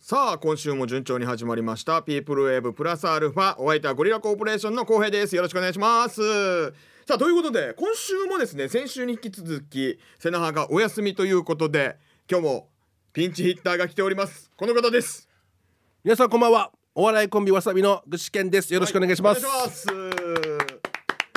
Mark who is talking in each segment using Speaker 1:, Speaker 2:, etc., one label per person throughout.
Speaker 1: さあ今週も順調に始まりましたピープルウェーブプラスアルファお相手はゴリラコーポレーションの浩平ですよろしくお願いしますさあということで今週もですね先週に引き続き瀬那覇がお休みということで今日もピンチヒッターが来ておりますこの方です
Speaker 2: 皆さんこんばんはお笑いコンビわさびの具志堅ですよ
Speaker 1: よ
Speaker 2: ろしくお願いします、
Speaker 1: お願いします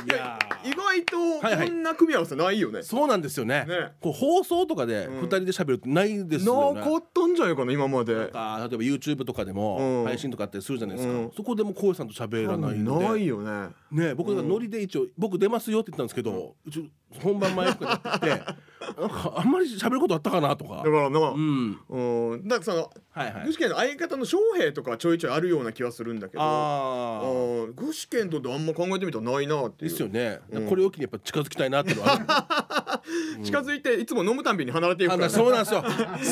Speaker 2: いや
Speaker 1: 意
Speaker 2: ー
Speaker 1: 外
Speaker 2: はい
Speaker 1: と
Speaker 2: はい
Speaker 1: こんな組み合わせないよね、
Speaker 2: そうなんですよね
Speaker 1: ね
Speaker 2: こう放送とかで
Speaker 1: ん
Speaker 2: 二人で喋るってないですよ
Speaker 1: 濃
Speaker 2: ね、
Speaker 1: 厚とんじゃないかな今まで
Speaker 2: あー例えば YouTube とかで
Speaker 1: うん
Speaker 2: も配信とかってするじゃないですか、
Speaker 1: うん
Speaker 2: そこでも浩平さんと喋らないので
Speaker 1: ないよね
Speaker 2: ね僕がノリで一応、僕出ますよって言ったんですけど、うち本番前とか にやってなんかあんまり喋ることあったかなとか
Speaker 1: だからな、う
Speaker 2: うんん
Speaker 1: だからその
Speaker 2: はいはい
Speaker 1: 具志堅の相方の翔平とかちょいちょいあるような気はするんだけど
Speaker 2: あー
Speaker 1: うん具志堅とってあんま考えてみたらないなってい
Speaker 2: で
Speaker 1: う
Speaker 2: すよね、
Speaker 1: うん
Speaker 2: これを機にやっぱ近づきたいなっていう のはある
Speaker 1: 近づいていつも飲むたんびに離れていくか
Speaker 2: あの
Speaker 1: ら、ね、
Speaker 2: そうなんですよ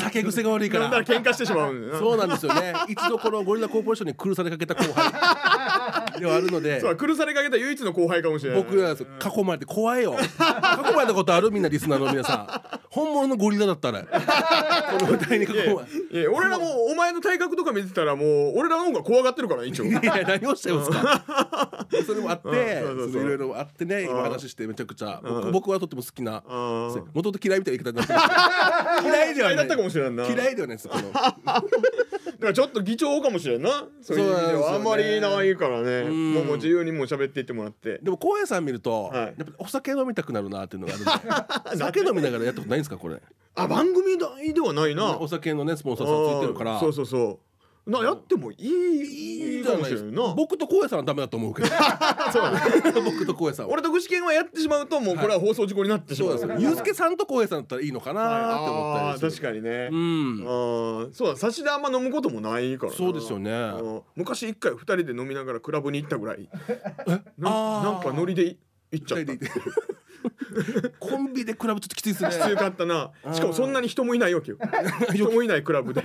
Speaker 2: 酒癖が悪いか
Speaker 1: 飲んだ
Speaker 2: ら
Speaker 1: ら喧嘩してしまうんだよな
Speaker 2: そうなんですよね一度このゴリラコーポレーションに苦されかけた後輩ではあるので
Speaker 1: そう苦されかけた唯一の後輩かもしれない
Speaker 2: 僕らです囲まれて怖いよ囲まれたことあるみんなリスナーの皆さん本物のゴリラだったらこの舞台に囲まれ
Speaker 1: いや俺らもお前の体格とか見てたらもう俺らの方が怖がってるから一応
Speaker 2: いや何をおっしゃいますかそれもあって
Speaker 1: うんそうそうそう
Speaker 2: そのいろいろあってね今話してめちゃくちゃ僕僕はとっても好きな
Speaker 1: あー
Speaker 2: 元々嫌いみたいな言い方になってる嫌いでは
Speaker 1: だったか
Speaker 2: な
Speaker 1: もしれんないい
Speaker 2: 嫌いではないですこの
Speaker 1: だからちょっと議長かもしれんなそういう意味ではあ
Speaker 2: そ
Speaker 1: ん
Speaker 2: うな
Speaker 1: ま
Speaker 2: んです
Speaker 1: り
Speaker 2: よね
Speaker 1: ないからね
Speaker 2: ん
Speaker 1: もうもう自由にもう喋っていってもらって
Speaker 2: でも高野さん見ると、
Speaker 1: はい
Speaker 2: やっぱお酒飲みたくなるなっていうのが あるんで酒飲みながらやったことないんですかこれ
Speaker 1: あ番組内ではないな
Speaker 2: お酒のねスポンサーさんついてるか
Speaker 1: あー
Speaker 2: ら
Speaker 1: そうそうそうなやってもいい
Speaker 2: い
Speaker 1: い
Speaker 2: い
Speaker 1: い
Speaker 2: じゃ
Speaker 1: かも
Speaker 2: ない
Speaker 1: し
Speaker 2: で
Speaker 1: れ
Speaker 2: す
Speaker 1: ん
Speaker 2: か
Speaker 1: な
Speaker 2: 僕と高野さんはダメだと思 うけど
Speaker 1: そうだね
Speaker 2: 僕と高野さんは
Speaker 1: 俺と具志堅はやってしまうともうこれは放送事故になってしま
Speaker 2: そう
Speaker 1: う
Speaker 2: です
Speaker 1: ね
Speaker 2: よゆうすけさんと高野さんだったらいいのかなって思った
Speaker 1: あー
Speaker 2: りする
Speaker 1: 確かにね、
Speaker 2: うん
Speaker 1: ああそうだ差しであんま飲むこともないからな
Speaker 2: そうですよね
Speaker 1: あー昔一回二人で飲みながらクラブに行ったぐらいな
Speaker 2: あー
Speaker 1: なんかノリでい行っちゃっ
Speaker 2: 二
Speaker 1: た
Speaker 2: 人でコンビでクラブちょっときついですね
Speaker 1: 強かったな
Speaker 2: あー
Speaker 1: しかもそんなに人もいないわけよ人もいないクラブで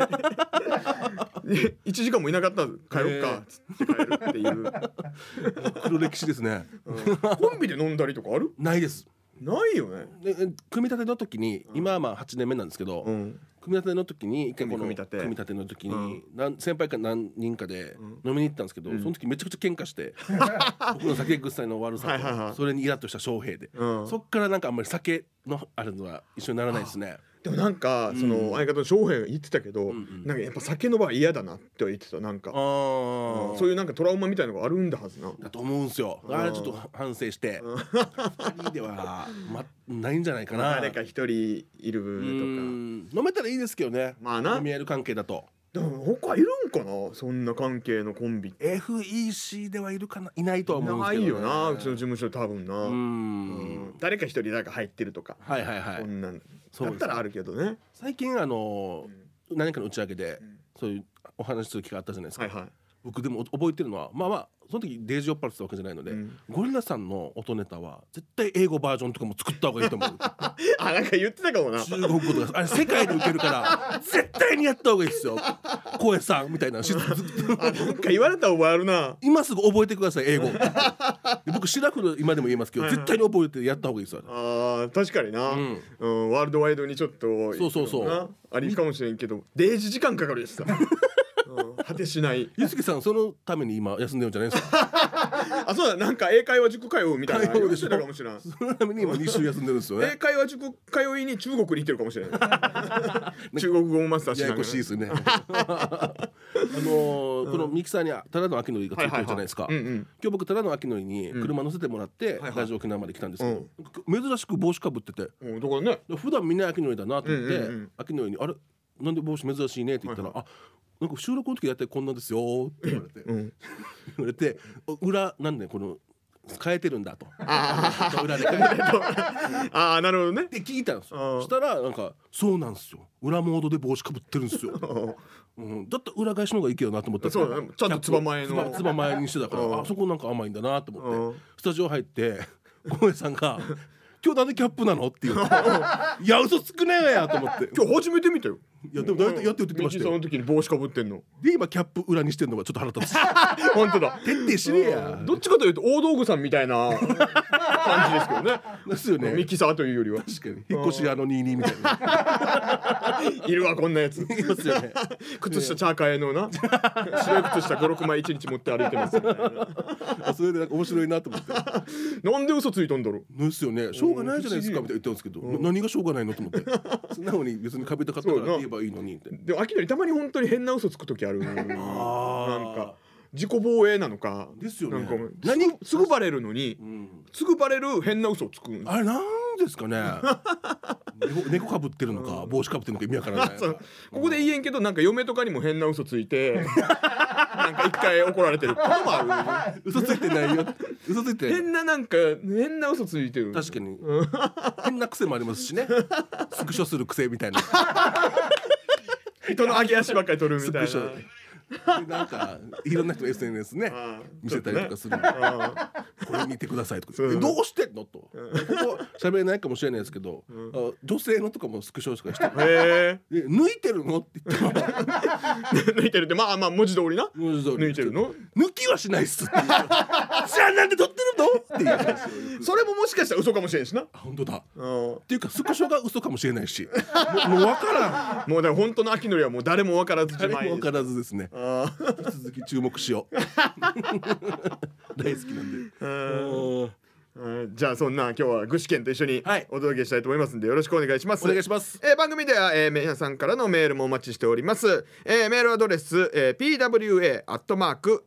Speaker 1: 1時間もいなかった帰ろっかっつって帰るっていう、
Speaker 2: 黒歴史ですね
Speaker 1: うんコンビで飲んだりとかある
Speaker 2: ないです
Speaker 1: ないよね
Speaker 2: で組み立ての時に今はまあ8年目なんですけど、
Speaker 1: うん
Speaker 2: 組み立ての時に一回この
Speaker 1: 組み立て
Speaker 2: 組み立ての時に、なん先輩か何人かで飲みに行ったんですけど、その時めちゃくちゃ喧嘩して 僕の酒臭いの悪さと、
Speaker 1: はいはいはい
Speaker 2: それにイラッとした翔平で、
Speaker 1: うん
Speaker 2: そっからなんかあんまり酒のあるのは一緒にならないですね
Speaker 1: でもなんかその相方の翔平が言ってたけど、
Speaker 2: ん
Speaker 1: なんかやっぱ酒の場は嫌だなって言ってたなんか
Speaker 2: ああ、
Speaker 1: そういうなんかトラウマみたいのがあるんだはずな
Speaker 2: だと思うんですよあれちょっと反省して2人では、ま、ないんじゃないかな
Speaker 1: 誰か一人いる
Speaker 2: うん飲めたらいいですけどね、
Speaker 1: まあな
Speaker 2: 飲み合える関係だと
Speaker 1: とかでも他いるんかなそんな関係のコンビ
Speaker 2: FEC ではいるかないないとは思うんです
Speaker 1: な
Speaker 2: けど、
Speaker 1: い
Speaker 2: ね、
Speaker 1: よなうちの事務所多分な、
Speaker 2: うん
Speaker 1: うん誰か一人なんか入ってるとか、
Speaker 2: はいはいはい
Speaker 1: こんなん
Speaker 2: そう
Speaker 1: だ
Speaker 2: で
Speaker 1: っ
Speaker 2: す
Speaker 1: たらあるけどね
Speaker 2: 最近あのー何かの打ち上げで
Speaker 1: ん
Speaker 2: そういうお話しする機会あったじゃないですか、
Speaker 1: はいはい
Speaker 2: 僕でもお覚えてるのはまあまあその時デージ酔っ払ってたわけじゃないので、
Speaker 1: うん
Speaker 2: ゴリラさんの音ネタは絶対英語バージョンとかも作った方がいいと思う
Speaker 1: あなんか言ってたかもな
Speaker 2: 中国語とかあれ世界で受けるから絶対にやった方がいいですよ光栄さんみたいなしずっと
Speaker 1: あなんか言われた覚えあるな
Speaker 2: 今すぐ覚えてください英語で僕シラフの今でも言えますけど
Speaker 1: はいはい
Speaker 2: 絶対に覚えてやった方がいいですよ
Speaker 1: あー確かにな、う
Speaker 2: うんん
Speaker 1: ワールドワイドにちょっと
Speaker 2: そうそうそう
Speaker 1: なありかもしれんけどデージ時間かかるやつ さ、うん果てしない
Speaker 2: ゆうすけさんそのために今休んでるんじゃないですか
Speaker 1: あそうだなんか英会話塾通うみたいな
Speaker 2: 通うでしょ
Speaker 1: 言ってたかもしれん
Speaker 2: そのために今2週休んでるんですよね
Speaker 1: 英会話塾通いに中国に行ってるかもし れない中国語もマスターしなが
Speaker 2: やや
Speaker 1: ら
Speaker 2: こしいですね。あのーこのミキサーにただの明典がついてるじゃないですか。
Speaker 1: はいはいはいうんうん
Speaker 2: 今日僕ただの明典に車乗せてもらって、
Speaker 1: はいはい
Speaker 2: ラジオ沖縄まで来たんですけど、珍しく帽子かぶってて、
Speaker 1: うんだからね
Speaker 2: 普段みんな明典だなと思
Speaker 1: うんう
Speaker 2: って、
Speaker 1: んうん
Speaker 2: 明典にあれなんで帽子珍しいねって言ったら、あなんか収録の時だってこんなんですよって言われて、
Speaker 1: うん
Speaker 2: 言われて裏なんでこの変えてるんだと。裏で変えて
Speaker 1: ああなるほど ね
Speaker 2: って聞いたんです
Speaker 1: う
Speaker 2: よ
Speaker 1: ん
Speaker 2: したらなんか「そうなんですよ裏モードで帽子かぶってる んですよ」うん、だったら裏返しの方がいいけどなと思った
Speaker 1: そうだねちゃんとつば前の
Speaker 2: つばつば前にしてたか
Speaker 1: うん
Speaker 2: らあそこなんか甘いんだなと思
Speaker 1: う
Speaker 2: っ
Speaker 1: ん
Speaker 2: てスタジオ入って小林さ んが「今日なんでキャップなの?」っていう「いや嘘つくねえや」と思って「い
Speaker 1: 今日初めて見たよ
Speaker 2: やでも大体やってるって言ってまし
Speaker 1: ミキ
Speaker 2: た
Speaker 1: さん
Speaker 2: よ
Speaker 1: の時に帽子かぶってんの
Speaker 2: で今キャップ裏にしてんの がちょっと腹立つ
Speaker 1: 本当だ
Speaker 2: 徹底しねえや
Speaker 1: どっちかというと大道具さんみたいな感じですけどね
Speaker 2: ですよね
Speaker 1: ミキサーというよりは
Speaker 2: 確かに引っ越しあの22みたいない
Speaker 1: るわこんなやつ
Speaker 2: いますよね
Speaker 1: 靴下チャーカーのな白い靴下56枚一日持って歩いてますみたいな
Speaker 2: あそれでなんか面白いなと思って
Speaker 1: なんで嘘ついたんだろう
Speaker 2: ですよねしょうがないじゃないですかみたいな言ったんですけど、な何がしょうがないのと思って素直に別に壁高かったから言えばいいのにって
Speaker 1: でも秋のりたまに本当に変な嘘つく時あるなん
Speaker 2: ー
Speaker 1: か自己防衛なのか
Speaker 2: ですよね
Speaker 1: なんかもう
Speaker 2: 何
Speaker 1: すぐすぐバレるのに
Speaker 2: うん
Speaker 1: すぐバレる変な嘘をつくん
Speaker 2: あれなんで すかね猫猫かぶってるのか帽子かぶってるのか意味わからな い
Speaker 1: そうここで言えんけどなんか嫁とかにも変な嘘ついてなんか一回怒られてることもある
Speaker 2: 嘘ついてないよ嘘ついてない
Speaker 1: 変ななんか変な嘘ついてる
Speaker 2: 確かに変な癖もあります しねスクショする癖みたいな
Speaker 1: 人の上げ足ばっかり取るみ
Speaker 2: ス
Speaker 1: たいな
Speaker 2: クショなんかいろんな人の SNS ね
Speaker 1: あー
Speaker 2: 見せたりとかするの
Speaker 1: あ
Speaker 2: これ見てくださいとか
Speaker 1: そうそう
Speaker 2: どうしてんのとここ喋れないかもしれないですけど、あ女性のとかもスクショとかして
Speaker 1: ーへえ
Speaker 2: で抜いてるのって言っても
Speaker 1: 抜いてるってまあまあ文字通りな
Speaker 2: 文字通り
Speaker 1: 抜いてるの
Speaker 2: 抜きはしないっすっていうじゃあなんで撮ってるのっていう話をよく
Speaker 1: それももしかしたら嘘かもしれんしな
Speaker 2: あ本当だっ
Speaker 1: うんも
Speaker 2: ていうかスクショが嘘かもしれな いしもうもう分からん
Speaker 1: うだから本当の秋のりはもう誰も分からずじ
Speaker 2: 誰
Speaker 1: まい
Speaker 2: も分からずですね
Speaker 1: あー
Speaker 2: 引き続き注目し よう大好きなんでお
Speaker 1: うんじゃあそんな今日は具志堅と一緒に
Speaker 2: はい
Speaker 1: お届けしたいと思いますんでよろしくお願いします。
Speaker 2: 願いします
Speaker 1: えー番組では、えー皆さんからのメールもお待ちしております。えーメールアドレス、えー pwa@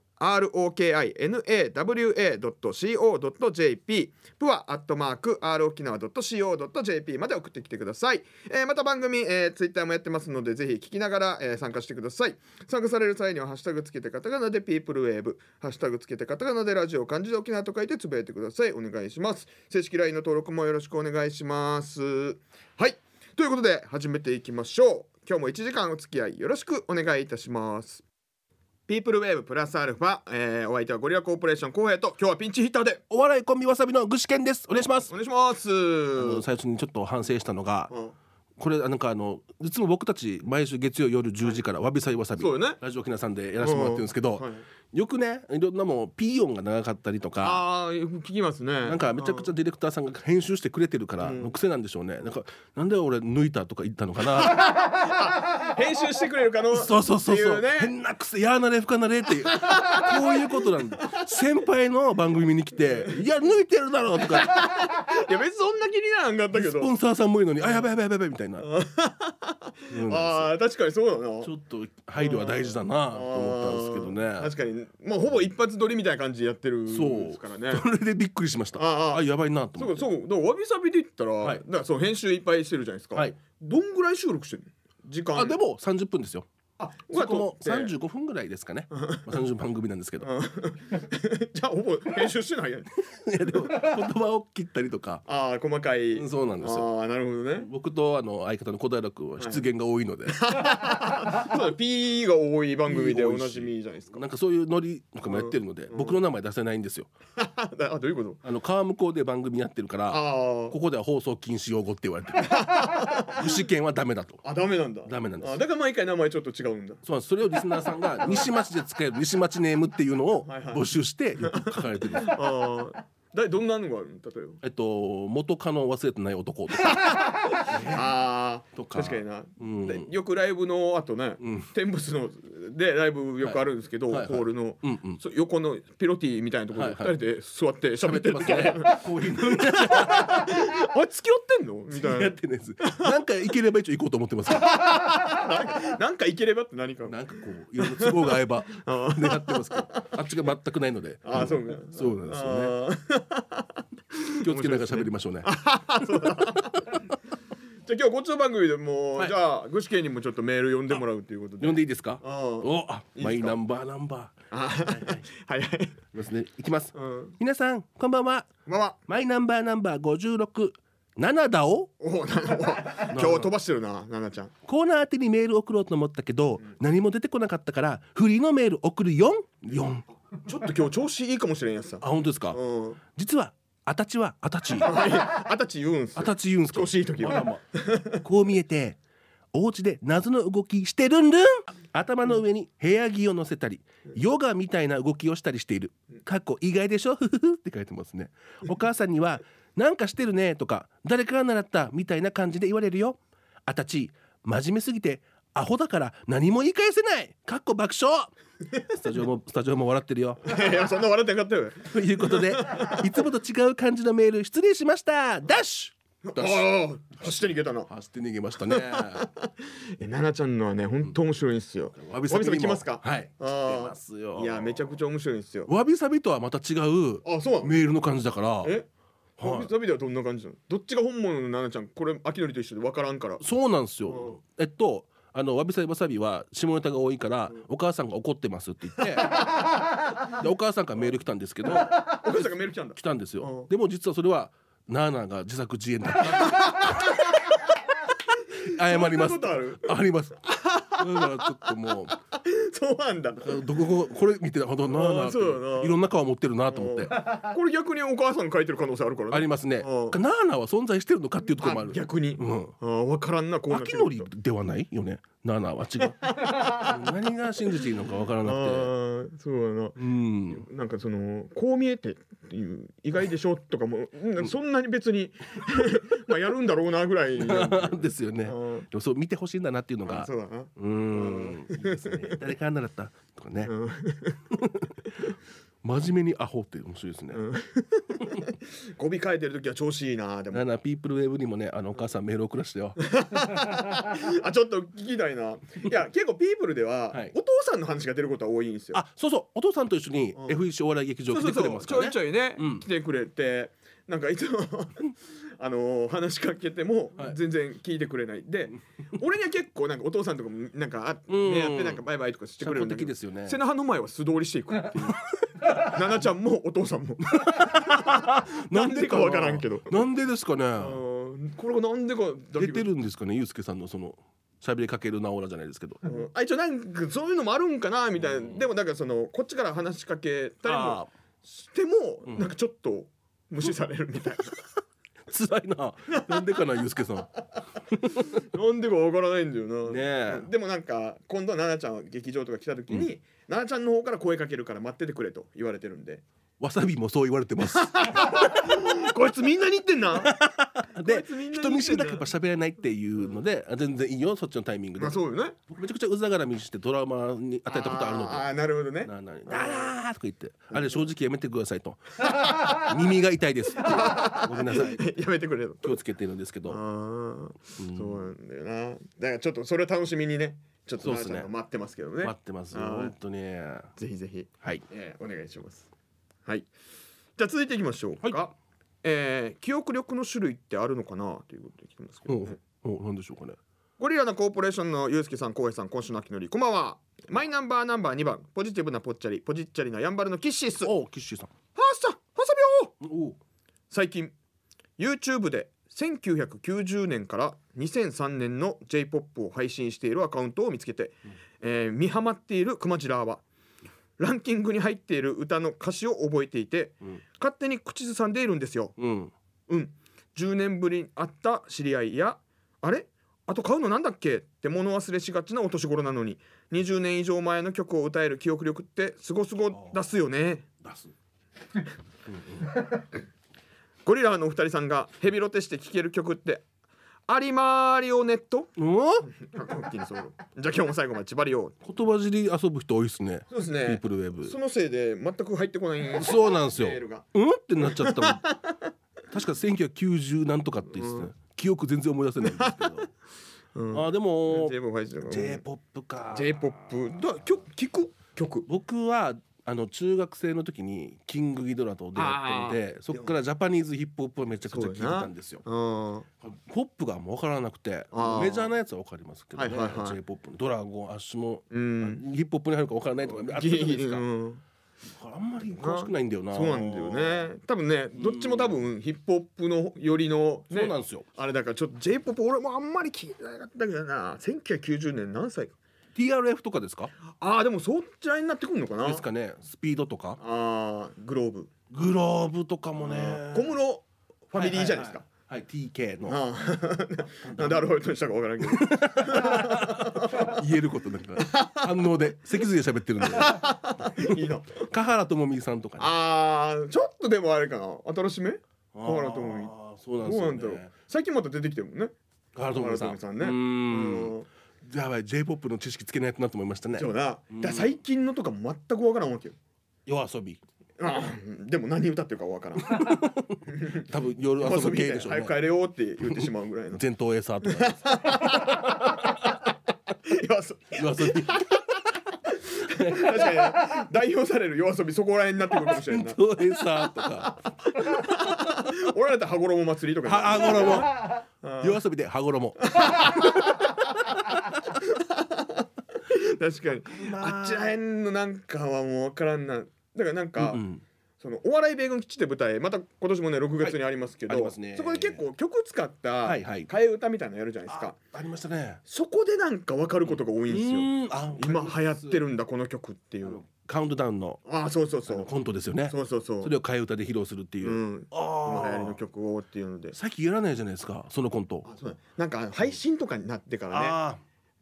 Speaker 1: rokinawa.co.jp プワアットマーク r 沖縄 .co.jp まで送ってきてください、えーまた番組、えー、ツイッターもやってますのでぜひ聞きながら、えー参加してください参加される際にはハッシュタグつけてカタカナでピープルウェーブハッシュタグつけてカタカナでラジオ漢字で沖縄と書いてつぶやいてくださいお願いします正式 LINE の登録もよろしくお願いしますはいということで始めていきましょう今日も1時間お付き合いよろしくお願いいたしますピープルウェーブプラスアルファ、えーお相手はゴリラコーポレーション浩平と今日はピンチヒッターで
Speaker 2: お笑いコンビわさびの具志堅ですお願いします
Speaker 1: お願いします
Speaker 2: 最初にちょっと反省したのが
Speaker 1: うん
Speaker 2: これなんかあのいつも僕たち毎週月曜夜10時からわびさびわさび
Speaker 1: そうよね
Speaker 2: ラジオ沖縄さんでやらせてもらってるんですけど
Speaker 1: はい
Speaker 2: よくねいろんなもうピー音が長かったりとか
Speaker 1: ああ聞きますね
Speaker 2: なんかめちゃくち
Speaker 1: ゃ
Speaker 2: ゃディレクターさんが編集してくれてるからの癖なんでしょうねなんかなんで俺抜いたとか言ったのかな
Speaker 1: 編集してくれるかの
Speaker 2: そうそうそ
Speaker 1: っ
Speaker 2: うそう
Speaker 1: ていうね
Speaker 2: 変な癖やーなれ不可なれっていうこういうことなんだ先輩の番組見に来て「いや抜いてるだろ」とか
Speaker 1: いや別にそんな気にならんかったけ
Speaker 2: ス
Speaker 1: ど
Speaker 2: ポンサーさんもいるのに「あやばいやばいやばい」みた いな。うん
Speaker 1: ああ確かにそうだな
Speaker 2: ちょっと配慮は大事だなと思ったんですけど
Speaker 1: あー
Speaker 2: ね。
Speaker 1: 確かにもうほぼ一発撮りみたいな感じでやってるんですからね
Speaker 2: それでびっくりしました。
Speaker 1: あーあ
Speaker 2: あ
Speaker 1: ー
Speaker 2: やばいなと
Speaker 1: そう
Speaker 2: 思っ
Speaker 1: か
Speaker 2: て。
Speaker 1: そうかだからわびさびで言ったら、
Speaker 2: はい
Speaker 1: だからそう編集いっぱいしてるじゃないですか、
Speaker 2: はい
Speaker 1: どんぐらい収録してるの時間
Speaker 2: あでも30分ですよ。
Speaker 1: あ
Speaker 2: そこも
Speaker 1: うやって
Speaker 2: 35分ぐらいですかね。まあ30番組なんですけど。い
Speaker 1: じゃあほぼ編集してないやん
Speaker 2: やでも言葉を切ったりとか。
Speaker 1: ああ細かい
Speaker 2: そうなんですよ。
Speaker 1: ああなるほどね
Speaker 2: 僕とあの相方の小平君は失言が多いので、
Speaker 1: そうだ P が多い番組でおなじみじゃないですか
Speaker 2: なんかそういうノリとかもやってるので、僕の名前出せないんですよ。
Speaker 1: あだあどういうこと
Speaker 2: あの川向こうで番組やってるから、
Speaker 1: あ
Speaker 2: ここでは放送禁止用語って言われ てる。不試験はダメだと。
Speaker 1: ああダメなんだ
Speaker 2: ダメなんです
Speaker 1: あだから毎回名前ちょっと違うんだ
Speaker 2: そうなんですそれをリスナーさ んが西町で使える西町ネームっていうのを
Speaker 1: はいはい
Speaker 2: 募集してよく書かれてる んです。
Speaker 1: ああだどんなのがあるの例えば
Speaker 2: えっと元カノを忘れてない男とか。
Speaker 1: ああ
Speaker 2: とか
Speaker 1: 確かにな、
Speaker 2: うん
Speaker 1: でよくライブの後ね、
Speaker 2: うん
Speaker 1: 天仏のでライブよくあるんですけど、
Speaker 2: はいはいはい
Speaker 1: ホールの、
Speaker 2: うんうん。
Speaker 1: そう横のピロティみたいなところで
Speaker 2: は
Speaker 1: 二
Speaker 2: いはい
Speaker 1: 人で座って 喋
Speaker 2: 喋
Speaker 1: っ
Speaker 2: ってて
Speaker 1: る
Speaker 2: ま
Speaker 1: 時
Speaker 2: すね。こういうの
Speaker 1: あれ付き合ってんのみた
Speaker 2: やっ
Speaker 1: い
Speaker 2: てないです。 なんか行ければ一応行こうと思ってますけど。
Speaker 1: ななんかいければって何か
Speaker 2: なんかこういろんな都合が合えば
Speaker 1: あ
Speaker 2: 狙ってますけど、あっちが全くないので。
Speaker 1: ああそうね
Speaker 2: そうなんですよ
Speaker 1: あー
Speaker 2: ね。気をつけながら喋りましょうね。
Speaker 1: じゃあ今日こっちの番組でもう、
Speaker 2: はい
Speaker 1: じゃあ具志堅にもちょっとメール読んでもらうということで
Speaker 2: 呼んでいいですか？
Speaker 1: あー
Speaker 2: お、あマイナンバーナンバー。
Speaker 1: あはいはい
Speaker 2: いきますね。いきます。
Speaker 1: うん
Speaker 2: 皆さんこんばんは。
Speaker 1: まあまあ
Speaker 2: マイナンバーナンバー56、7だを
Speaker 1: おおなんかお今日飛ばしてるな奈々ちゃん
Speaker 2: コーナー宛てにメール送ろうと思ったけど、何も出てこなかったから、フリーのメール送るよん。よん。
Speaker 1: ちょっと今日調子いいかもしれんやつさ
Speaker 2: あ、本当ですか。
Speaker 1: うん
Speaker 2: 実は、あたちは あたち。
Speaker 1: あたち言うんす
Speaker 2: あ
Speaker 1: よ
Speaker 2: たち言うんすか。
Speaker 1: 調子いい時は
Speaker 2: あらまこう見えて、お家で謎の動きしてるんるん頭の上に部屋着を乗せたりヨガみたいな動きをしたりしているかっこ意外でしょふふふって書いてますねお母さんには「なんかしてるね」とか「誰から習った」みたいな感じで言われるよあたち真面目すぎてアホだから何も言い返せないかっこ爆笑スタジオもスタジオも笑ってるよ
Speaker 1: いやそんな笑ってなかったよ
Speaker 2: ということでいつもと違う感じのメール失礼しましたダッシュダッシュ
Speaker 1: ああ走って逃げたな
Speaker 2: 走って逃げましたね
Speaker 1: え奈々ちゃんのはね本当面白いんですよ
Speaker 2: わびさびにも
Speaker 1: 行きますか
Speaker 2: はい
Speaker 1: あー
Speaker 2: 来てますよ
Speaker 1: いやめちゃくちゃ面白いんですよ
Speaker 2: わびさびとはまた違う
Speaker 1: あそうなの
Speaker 2: メールの感じだから
Speaker 1: え
Speaker 2: はい
Speaker 1: わびさびではどんな感じなのどっちが本物の奈々ちゃんこれ秋のりと一緒で分からんから
Speaker 2: そうなんですよえっとあのわびさびわさびは下ネタが多いから、お母さんが怒ってますって 言ってでお母さんからメール来たんですけど
Speaker 1: お母さんがメール来 たんだ
Speaker 2: 来たんですよ、
Speaker 1: うん
Speaker 2: でも実はそれはナーナが自作自演だった 謝ります
Speaker 1: そんなことある
Speaker 2: ありますだからちょっともう
Speaker 1: そうなんだ
Speaker 2: どここれ見てほどな
Speaker 1: あ
Speaker 2: あ
Speaker 1: ーそうだ
Speaker 2: な
Speaker 1: な
Speaker 2: っていろんな顔持ってるなと思って
Speaker 1: これ逆にお母さんが書いてる可能性あるからね
Speaker 2: ありますね
Speaker 1: う
Speaker 2: なあなは存在してるのかっていうところもある
Speaker 1: 逆に、
Speaker 2: うん
Speaker 1: ああ分からんなこうなって
Speaker 2: 秋
Speaker 1: く
Speaker 2: の
Speaker 1: る
Speaker 2: り
Speaker 1: と
Speaker 2: ではないよねなあなは違う 何が信じていいのかわからなくて
Speaker 1: ああそうだな
Speaker 2: うん
Speaker 1: なんかそのこう見えてっていう意外でしょとかもうんそんなに別に まあやるんだろうなぐら いなんだよ
Speaker 2: ですよね
Speaker 1: あ
Speaker 2: で
Speaker 1: ー
Speaker 2: もそう見てほしいんだなっていうの
Speaker 1: あ
Speaker 2: が
Speaker 1: そうだな
Speaker 2: うんいいですね誰から習ったとかね
Speaker 1: うん
Speaker 2: 真面目にアホって面白いですね
Speaker 1: うん語尾変えてる時は調子いいなで
Speaker 2: なあ
Speaker 1: も
Speaker 2: なあピープルウェブにもねあのお母さんメール送らしてよ
Speaker 1: あちょっと聞きたいないや結構ピープルでは、
Speaker 2: はい
Speaker 1: お父さんの話が出ることは多いんですよ
Speaker 2: あそうそうお父さんと一緒に
Speaker 1: うん
Speaker 2: F1 お笑い劇場
Speaker 1: そう
Speaker 2: 来
Speaker 1: そうそ
Speaker 2: てく
Speaker 1: う
Speaker 2: れます
Speaker 1: ち
Speaker 2: から
Speaker 1: ょ
Speaker 2: ね
Speaker 1: いちょいね、
Speaker 2: うん
Speaker 1: 来てくれてなんかいつも あのー話しかけても
Speaker 2: はい
Speaker 1: 全然聞いてくれない、 で俺には結構なんかお父さんとかもなんかあ、
Speaker 2: うん
Speaker 1: ね、やってなんかバイバイとかして
Speaker 2: 社
Speaker 1: くれる
Speaker 2: 交
Speaker 1: んだけ
Speaker 2: 的
Speaker 1: ど
Speaker 2: ですよね
Speaker 1: 背中の前は素通りしていくっていう 奈々ちゃんもお父さん もなんでかわからんけど
Speaker 2: なんでですか
Speaker 1: あ
Speaker 2: ね
Speaker 1: ーこれがなんでかだけ
Speaker 2: 出てるんですかねゆうすけさんのその喋りかけるなオラじゃないですけど
Speaker 1: うんあ一応なんかそういうのもあるんかなみたいな、でもなんかそのこっちから話しかけたりも
Speaker 2: あ
Speaker 1: しても、
Speaker 2: うん
Speaker 1: なんかちょっと無視されるみたい
Speaker 2: ー辛いななんでかなゆうすけさんね
Speaker 1: ななんでかわからないんだよな、
Speaker 2: え
Speaker 1: でもなんか今度は奈々ちゃんが劇場とか来た時に、奈々ちゃんの方から声かけるから待っててくれと言われてるんで
Speaker 2: わさびもそう言われてます
Speaker 1: こいつみんなに言ってん なこ
Speaker 2: で
Speaker 1: いつみんなに言ってんだ
Speaker 2: 人見知りだけどやっぱ喋れないっていうのであ全然いいよそっちのタイミングで
Speaker 1: まあそうよね
Speaker 2: 僕めちゃくちゃうざがらみしてドラマに与えたことあるので
Speaker 1: あーあーなるほどね
Speaker 2: なあなあなあとか言ってあれ正直やめてくださいと耳が痛いですごめんなさい
Speaker 1: やめてくれと
Speaker 2: 気をつけてるんですけ
Speaker 1: あ
Speaker 2: ど
Speaker 1: ーそうなんだよなだからちょっとそれを楽しみにねちょっと
Speaker 2: そうっす
Speaker 1: 奈々ちゃ
Speaker 2: ね
Speaker 1: んが待ってますけどね
Speaker 2: 待ってますよ
Speaker 1: はい
Speaker 2: 本当に
Speaker 1: ぜひぜひ
Speaker 2: はい
Speaker 1: えーお願いします。はい。じゃあ続いていきましょうか。
Speaker 2: は
Speaker 1: えー記憶力の種類ってあるのかなということで聞きますけ
Speaker 2: お
Speaker 1: ど、
Speaker 2: うおうなんでしょうかね
Speaker 1: ゴリラのコーポレーションのゆうすけさん、こうへいさん、今週の秋のり、こんばんは。マイナンバーナンバー2番、ポジティブなぽっちゃり、ポジッチャリなやんばるのキッシース。は
Speaker 2: おうキッシーさん
Speaker 1: っさ、はさびょう
Speaker 2: おう
Speaker 1: 最近、YouTube で1990年から2003年の J-POP を配信しているアカウントを見つけて、えー見はまっているクマジラーは、ランキングに入っている歌の歌詞を覚えていて、
Speaker 2: うん
Speaker 1: 勝手に口ずさんでいるんですよ。
Speaker 2: うん
Speaker 1: うん。10年ぶりに会った知り合いや、あれあと買うのなんだっけって物忘れしがちなお年頃なのに、20年以上前の曲を歌える記憶力ってすごすご出すよね。
Speaker 2: 出す
Speaker 1: ゴリラのお二人さんがヘビロテして聴ける曲って、アリマリオネット
Speaker 2: うん
Speaker 1: あ大きいそうじゃあ今日も最後まで縛りよう。
Speaker 2: 言葉尻遊ぶ人多いですね。
Speaker 1: そうです
Speaker 2: ピー
Speaker 1: ね
Speaker 2: プ。ルウェブ。
Speaker 1: そのせいで全く入ってこないメ
Speaker 2: そうなんですよ。
Speaker 1: ールが。
Speaker 2: うんってなっち ゃったもん。確か1990なんとかって言ってたね、記憶全然思い出せないんですけど。
Speaker 1: うん
Speaker 2: あーでも
Speaker 1: J-POP 配信だから
Speaker 2: J-POP か。
Speaker 1: J-POP。だ、曲、聴く曲。
Speaker 2: 僕はあの中学生の時にキングギドラと出会っていて、そこからジャパニーズヒップホップをめちゃくちゃ聞いてたんですよ。
Speaker 1: うん。
Speaker 2: ポップがもう分からなくて
Speaker 1: あー
Speaker 2: メジャーなやつは分かりますけどね、
Speaker 1: はいはいはい
Speaker 2: J-POP のドラゴンアッシュも、
Speaker 1: うん。
Speaker 2: ヒップホップに入るか分からないとかあったじゃないですか。
Speaker 1: うん
Speaker 2: あんまり詳しくないんだよな。
Speaker 1: そうなんだよ。ね多分ねどっちも多分ヒップホップのよりの、ね、
Speaker 2: そうなんですよ。
Speaker 1: あれだからちょっと j p o p 俺もあんまり聞いてなかったけどな1990年何歳か
Speaker 2: TRF とかですか？
Speaker 1: ああでもそっちらへんになってくるのかな
Speaker 2: ですかね。スピードとか、
Speaker 1: ああグローブ
Speaker 2: グローブとかもね。
Speaker 1: 小室ファミリーじゃないですか、
Speaker 2: ははい TK の
Speaker 1: ああ なんでアルファベットにしたかわからんけど
Speaker 2: 言えることだから反応で脊髄で喋ってるん で
Speaker 1: いいな
Speaker 2: 華原朋美さんとかね
Speaker 1: あーちょっとでもあれかな新しめ
Speaker 2: あ
Speaker 1: 華原朋美
Speaker 2: ーそうなん
Speaker 1: どう
Speaker 2: です
Speaker 1: な
Speaker 2: よ
Speaker 1: んだろ
Speaker 2: ね
Speaker 1: う最近また出てきてるもんね
Speaker 2: 華原朋美
Speaker 1: 華
Speaker 2: さ
Speaker 1: 原朋
Speaker 2: ん
Speaker 1: 美さんね
Speaker 2: うーん
Speaker 1: うん
Speaker 2: やばい J-POP の知識つけないとなと思いましたね
Speaker 1: そうな、
Speaker 2: うん
Speaker 1: だから最近のとか全くわからんわけよ
Speaker 2: 夜遊び
Speaker 1: ああでも何歌ってるかわ からん
Speaker 2: 多分夜遊
Speaker 1: 遊
Speaker 2: び
Speaker 1: びに行っ
Speaker 2: 系で
Speaker 1: て
Speaker 2: しょう
Speaker 1: 早
Speaker 2: ね
Speaker 1: く帰れよって言ってしまうぐらい の い
Speaker 2: 前頭エサーとか
Speaker 1: やそ
Speaker 2: 夜遊び
Speaker 1: 確かにね代表される夜遊びそこらへんになってくるかもしれんな
Speaker 2: 前頭エサーとか
Speaker 1: 俺らだったら羽衣祭りとか
Speaker 2: は
Speaker 1: ね
Speaker 2: 羽衣夜遊びで羽衣
Speaker 1: 確かにあっちらへんのなんかはもうわからんなだからなんか、
Speaker 2: うん
Speaker 1: そのお笑い米軍基地で舞台また今年もね6月にありますけど、
Speaker 2: はいありますね
Speaker 1: そこで結構曲使った
Speaker 2: は
Speaker 1: 替
Speaker 2: いはい
Speaker 1: え歌みたいなのやるじゃないですか、
Speaker 2: あありましたね
Speaker 1: そこでなんか分かることが多いんですよ、
Speaker 2: うんあ
Speaker 1: 今流行ってるんだこの曲っていう
Speaker 2: カウントダウンの
Speaker 1: ああそうそう
Speaker 2: あ
Speaker 1: そ
Speaker 2: の
Speaker 1: う
Speaker 2: コントですよね
Speaker 1: そうそうそう
Speaker 2: それを替え歌で披露するっていううん
Speaker 1: 今流行り
Speaker 2: あ
Speaker 1: の曲をっていうので
Speaker 2: 最近やらないじゃないですかそのコント
Speaker 1: あそうだなんか配信とかになってからね
Speaker 2: あ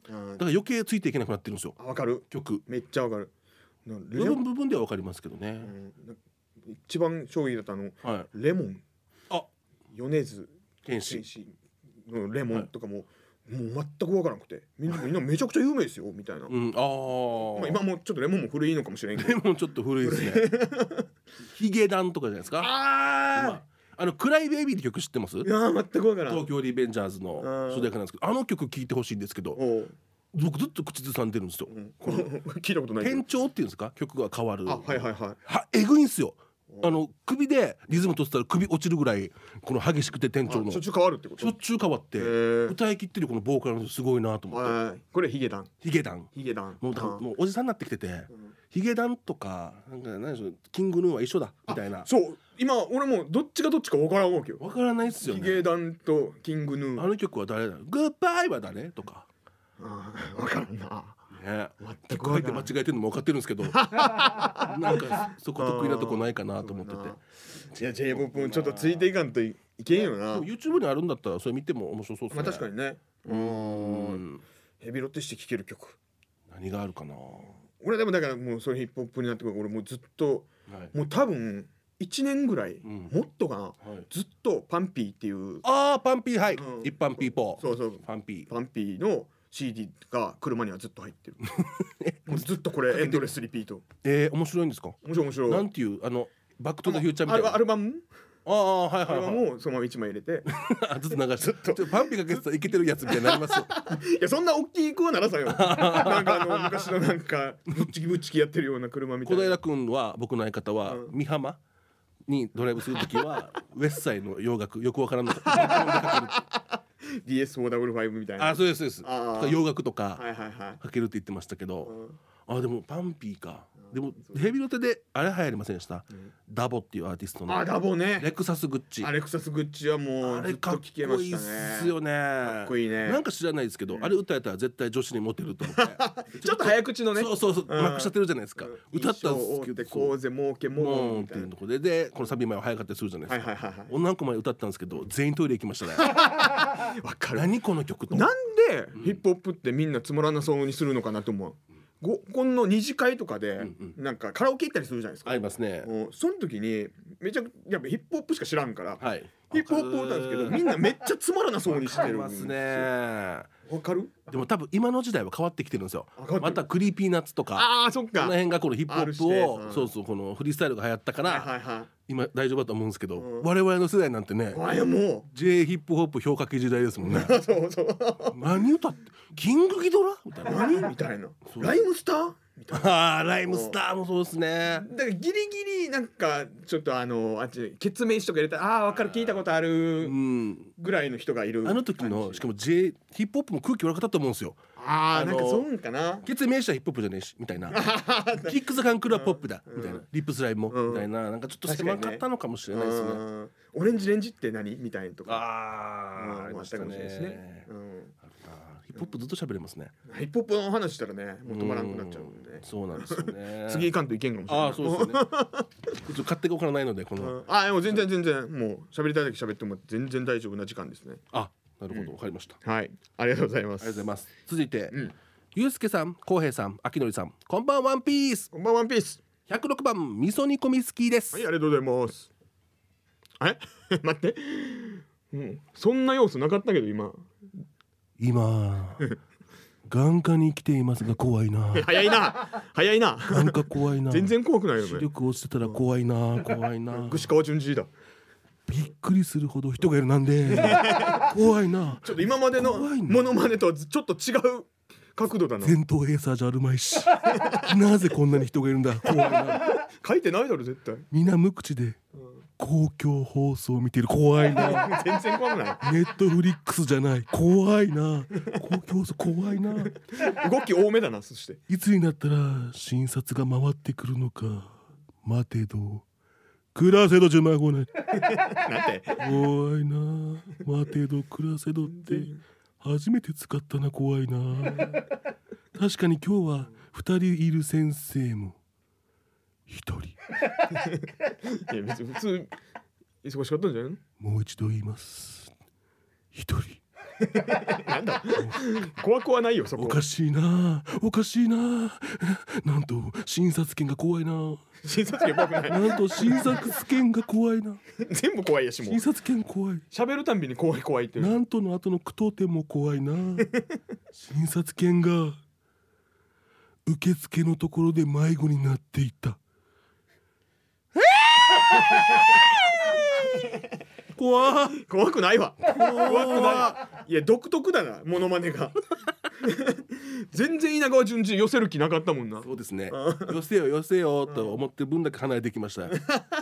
Speaker 1: うん
Speaker 2: ーだから余計ついていけなくなってるんですよ
Speaker 1: あ分かる
Speaker 2: 曲
Speaker 1: めっちゃ分かるなレ
Speaker 2: 部
Speaker 1: モ
Speaker 2: 分
Speaker 1: ン、
Speaker 2: 部分ではわかりますけどね
Speaker 1: うんなんか一番衝撃だったあの
Speaker 2: はい
Speaker 1: レモン
Speaker 2: あ
Speaker 1: 米津
Speaker 2: 天
Speaker 1: 選
Speaker 2: 使
Speaker 1: 手のレモンとかも、もう全く分からなくてみん なみんなめちゃくちゃ有名ですよみたいな、
Speaker 2: うんあ
Speaker 1: まあ、
Speaker 2: ー
Speaker 1: 今もうちょっとレモンも古いのかもしれんけ ど
Speaker 2: でもちょっと古いですねヒゲダンとかじゃないですか
Speaker 1: あ
Speaker 2: まああの「クライベイビー」って曲知ってます
Speaker 1: ーいやー全く分からん
Speaker 2: 東京リベンジャーズの
Speaker 1: うん
Speaker 2: 主題歌なんですけどあの曲聴いてほしいんですけど
Speaker 1: おう
Speaker 2: 僕ずっと口ずさんでるんですよ
Speaker 1: うん 聞いたことないけど
Speaker 2: 転調っていうんですか曲が変わる
Speaker 1: あはいはいはい
Speaker 2: はえぐいんすよあの首でリズム取ってたら首落ちるぐらいこの激しくて店長の
Speaker 1: あし
Speaker 2: し
Speaker 1: ょっ
Speaker 2: ょ
Speaker 1: ちゅう変わるってこと
Speaker 2: っちゅう変わって
Speaker 1: へー
Speaker 2: 歌い切ってるこのボーカルの人すごいなと思って
Speaker 1: はいこれヒゲダン
Speaker 2: ヒゲダン
Speaker 1: ヒゲダン
Speaker 2: もうだから
Speaker 1: あ
Speaker 2: もうおじさんになってきててヒゲダンとかなんか何でしょうキングヌーは一緒だみたいな
Speaker 1: そう今俺もうどっちがどっちか分からんわけよ
Speaker 2: わからないっすよ
Speaker 1: ヒ
Speaker 2: ね
Speaker 1: ゲダンとキングヌ
Speaker 2: あ
Speaker 1: ー
Speaker 2: の曲は誰だグッバイは誰とか
Speaker 1: あー分からんな
Speaker 2: ね
Speaker 1: 全
Speaker 2: 聞
Speaker 1: く
Speaker 2: こ
Speaker 1: わ
Speaker 2: え
Speaker 1: か
Speaker 2: て
Speaker 1: ら
Speaker 2: 間
Speaker 1: ん
Speaker 2: 違えてるのも分かってる んですけどなんかそこ得意なとこないかなと思ってて
Speaker 1: いや j p o p もちょっとついていかんといいけんよ
Speaker 2: で
Speaker 1: な
Speaker 2: も YouTube にあるんだったらそれ見ても面白そうです
Speaker 1: ま
Speaker 2: ね
Speaker 1: あ確かにね
Speaker 2: うん
Speaker 1: ヘビロテして聴ける曲
Speaker 2: 何があるかな
Speaker 1: 俺でもだからもうそれヒップホップになってくる俺もうずっと
Speaker 2: はい
Speaker 1: もう多分1年ぐらい、
Speaker 2: ん
Speaker 1: もっとかな
Speaker 2: はい
Speaker 1: ずっとパンピーっていう
Speaker 2: ああパンピーはい、
Speaker 1: うん
Speaker 2: 一般ピーポー
Speaker 1: そうそう
Speaker 2: パンピー
Speaker 1: パンピーの CD が車にはずっと入って るもうずっとこれエンドレスリピート
Speaker 2: えー、面白いんですか
Speaker 1: 面白い面白い
Speaker 2: なんていうあのバックトゥザフューチャー
Speaker 1: ア
Speaker 2: みたい
Speaker 1: ル
Speaker 2: な
Speaker 1: バアルバム
Speaker 2: ああはい
Speaker 1: ア
Speaker 2: はい
Speaker 1: ルバ
Speaker 2: はい
Speaker 1: ムをそのまま1枚入れて
Speaker 2: あずっと流してちょっとパンピーかけてたらいけてるや つみたいになりますよ
Speaker 1: いやそんな大きい子はならさん よなんかあの昔のなんかぶっちきぶっちきやってるような車みた
Speaker 2: 小
Speaker 1: いな
Speaker 2: 平君は僕の相方は、
Speaker 1: うん
Speaker 2: 美浜にドライブするとき はウェッサイの洋楽よくわ からんのバックナンバーかける
Speaker 1: DS4W5 みたいな
Speaker 2: あーそうですそうです
Speaker 1: あー
Speaker 2: とか洋楽とか
Speaker 1: はいはいはい
Speaker 2: かけるって言ってましたけど、
Speaker 1: うん
Speaker 2: あーでもパンピーかでもヘビロテであれ流行りませんでした、ダボっていうアーティストの
Speaker 1: あダボね
Speaker 2: レクサスグッチ
Speaker 1: アレクサスグッチはも
Speaker 2: あ
Speaker 1: うず
Speaker 2: れ
Speaker 1: っと
Speaker 2: かっ
Speaker 1: 聞けま
Speaker 2: こい
Speaker 1: し
Speaker 2: い
Speaker 1: た
Speaker 2: っ
Speaker 1: ね
Speaker 2: すよね。
Speaker 1: かっこいいね
Speaker 2: なんか知らないですけど、あれ歌えたら絶対女子にモテる と思って。
Speaker 1: ちょっと早口のね
Speaker 2: そうそうそう、
Speaker 1: うん
Speaker 2: まくしちゃってるじゃないですか。歌ったんですけど、
Speaker 1: でこうぜ儲けもろ
Speaker 2: もう
Speaker 1: う
Speaker 2: っ
Speaker 1: み
Speaker 2: て
Speaker 1: たい
Speaker 2: いう
Speaker 1: な
Speaker 2: とこで、で、このサビ前は早かったりするじゃない
Speaker 1: は
Speaker 2: で
Speaker 1: い
Speaker 2: すか。
Speaker 1: はいはいは
Speaker 2: 女の子まで歌ったんですけど、全員トイレ行きました ね。
Speaker 1: いわかる
Speaker 2: 何この曲と。
Speaker 1: なんでヒップホップってみんなつまらなそうにするのかなと思うごこの二次会とかでなんかカラオケ行ったりするじゃないですか
Speaker 2: ありますね。
Speaker 1: もうその時にめちゃくやっぱヒップホップしか知らんから
Speaker 2: はい。
Speaker 1: ヒップホップを歌うんですけどみんなめっちゃつまらなそうにして
Speaker 2: あり
Speaker 1: る
Speaker 2: ますね。
Speaker 1: わかる
Speaker 2: でも多分今の時代は変わってきてるんですよ
Speaker 1: 変わってる。
Speaker 2: またクリーピーナッツとか。
Speaker 1: ああそっ
Speaker 2: こ
Speaker 1: か
Speaker 2: の辺がこのヒップホップ
Speaker 1: R 指定う
Speaker 2: を
Speaker 1: ん
Speaker 2: そうそうこのフリースタイルが流行ったか
Speaker 1: はい
Speaker 2: ら
Speaker 1: はいは
Speaker 2: 今大丈夫だと思うんですけど、
Speaker 1: うん
Speaker 2: 我々の世代なんてね
Speaker 1: いあいやも
Speaker 2: J ヒップホップ氷河期時代ですもんね
Speaker 1: うそうそう
Speaker 2: 何歌ってキングギドラみたいな
Speaker 1: 何みたいな
Speaker 2: そう
Speaker 1: ライムスターみたいな
Speaker 2: あーライムスターもそうですね
Speaker 1: だからギリギリなんかちょっとあのあっち決名詞とか入れたらああ分かる聞いたことあ
Speaker 2: う
Speaker 1: る
Speaker 2: ん
Speaker 1: ぐらいの人がいる
Speaker 2: あの時のしかも J ヒップホップも空気悪かったと思うんですよ
Speaker 1: あ
Speaker 2: あ
Speaker 1: あ
Speaker 2: の
Speaker 1: なんかそうかな
Speaker 2: 月名詞はヒップホップじゃねえしみ たいなキックスカンクルはポップだみたいなリップスライムも
Speaker 1: うん
Speaker 2: みたいななんかちょっと狭かったのかもしれないです
Speaker 1: う
Speaker 2: ね
Speaker 1: んオレンジレンジって何みたいなとか
Speaker 2: あ
Speaker 1: う
Speaker 2: ー
Speaker 1: ん
Speaker 2: ありました
Speaker 1: あったかもしれないです
Speaker 2: ね
Speaker 1: うん
Speaker 2: あるなヒップホップずっと喋れますね
Speaker 1: ヒップホップの話したらねもう止まらなくなっちゃうんで
Speaker 2: んそうなんですよ ね
Speaker 1: 次いかんといけんかもしれない
Speaker 2: ああそうですよね ちょっと買っていこうからないのでこ
Speaker 1: う
Speaker 2: の
Speaker 1: んあでも全然全然もう喋りたいだけ喋っても全然大丈夫な時間ですね
Speaker 2: あなるほどわかりましたあ
Speaker 1: はいありがとうございます
Speaker 2: りがとうございます続いて
Speaker 1: うん
Speaker 2: ゆうすけさんこうへいさんあきのりさんこんばんワンピース
Speaker 1: こんばんはワンピース
Speaker 2: 106番味噌煮込み好きです
Speaker 1: はいありがとうございますえ 待ってもうそんな要素なかったけど今
Speaker 2: 今眼下に来ていますが怖いな
Speaker 1: 早いな早いな
Speaker 2: なんか怖いな
Speaker 1: 全然怖くないよ
Speaker 2: 視
Speaker 1: ね
Speaker 2: 力落ちてたら怖いな怖い な
Speaker 1: 串川淳二だ
Speaker 2: びっくりするほど人がいるな んで怖いな
Speaker 1: ちょっと今までの
Speaker 2: 怖いな
Speaker 1: モノマネとはちょっと違う角度だな
Speaker 2: 前頭閉鎖じゃあるまいし なぜこんなに人がいるんだ怖いな
Speaker 1: 書いてないだろ絶対
Speaker 2: 皆無口で公共放送を見てる怖いな
Speaker 1: 全然怖くな
Speaker 2: ネットフリックスじゃない怖いな公共放送怖いない
Speaker 1: 動き多めだなそして
Speaker 2: いつになったら診察が回ってくるのか待てど暮らせど順番来ない
Speaker 1: なんて
Speaker 2: 怖いな待てど暮らせどって初めて使ったな怖いな確かに今日は二人いる先生も一人
Speaker 1: いや別に普通忙しかったんじゃないの
Speaker 2: もう一度言います一人
Speaker 1: 怖くはないよそ
Speaker 2: お
Speaker 1: こ
Speaker 2: かしいなおかしいななんと診察券が怖いな
Speaker 1: 診察券怖くない
Speaker 2: なんと診察券が怖いな
Speaker 1: 全部怖いやしもう
Speaker 2: 診察券怖い
Speaker 1: 喋るたんびに怖い怖いっていう
Speaker 2: なんとの後の句読点も怖い な診察券が受付のところで迷子になっていた 怖い
Speaker 1: 怖くないわ怖くないいや独特だなモノマネが全然稲川淳二寄せる気なかったもんな
Speaker 2: そうですね寄せよ寄せよと思ってる分だけ離れてきました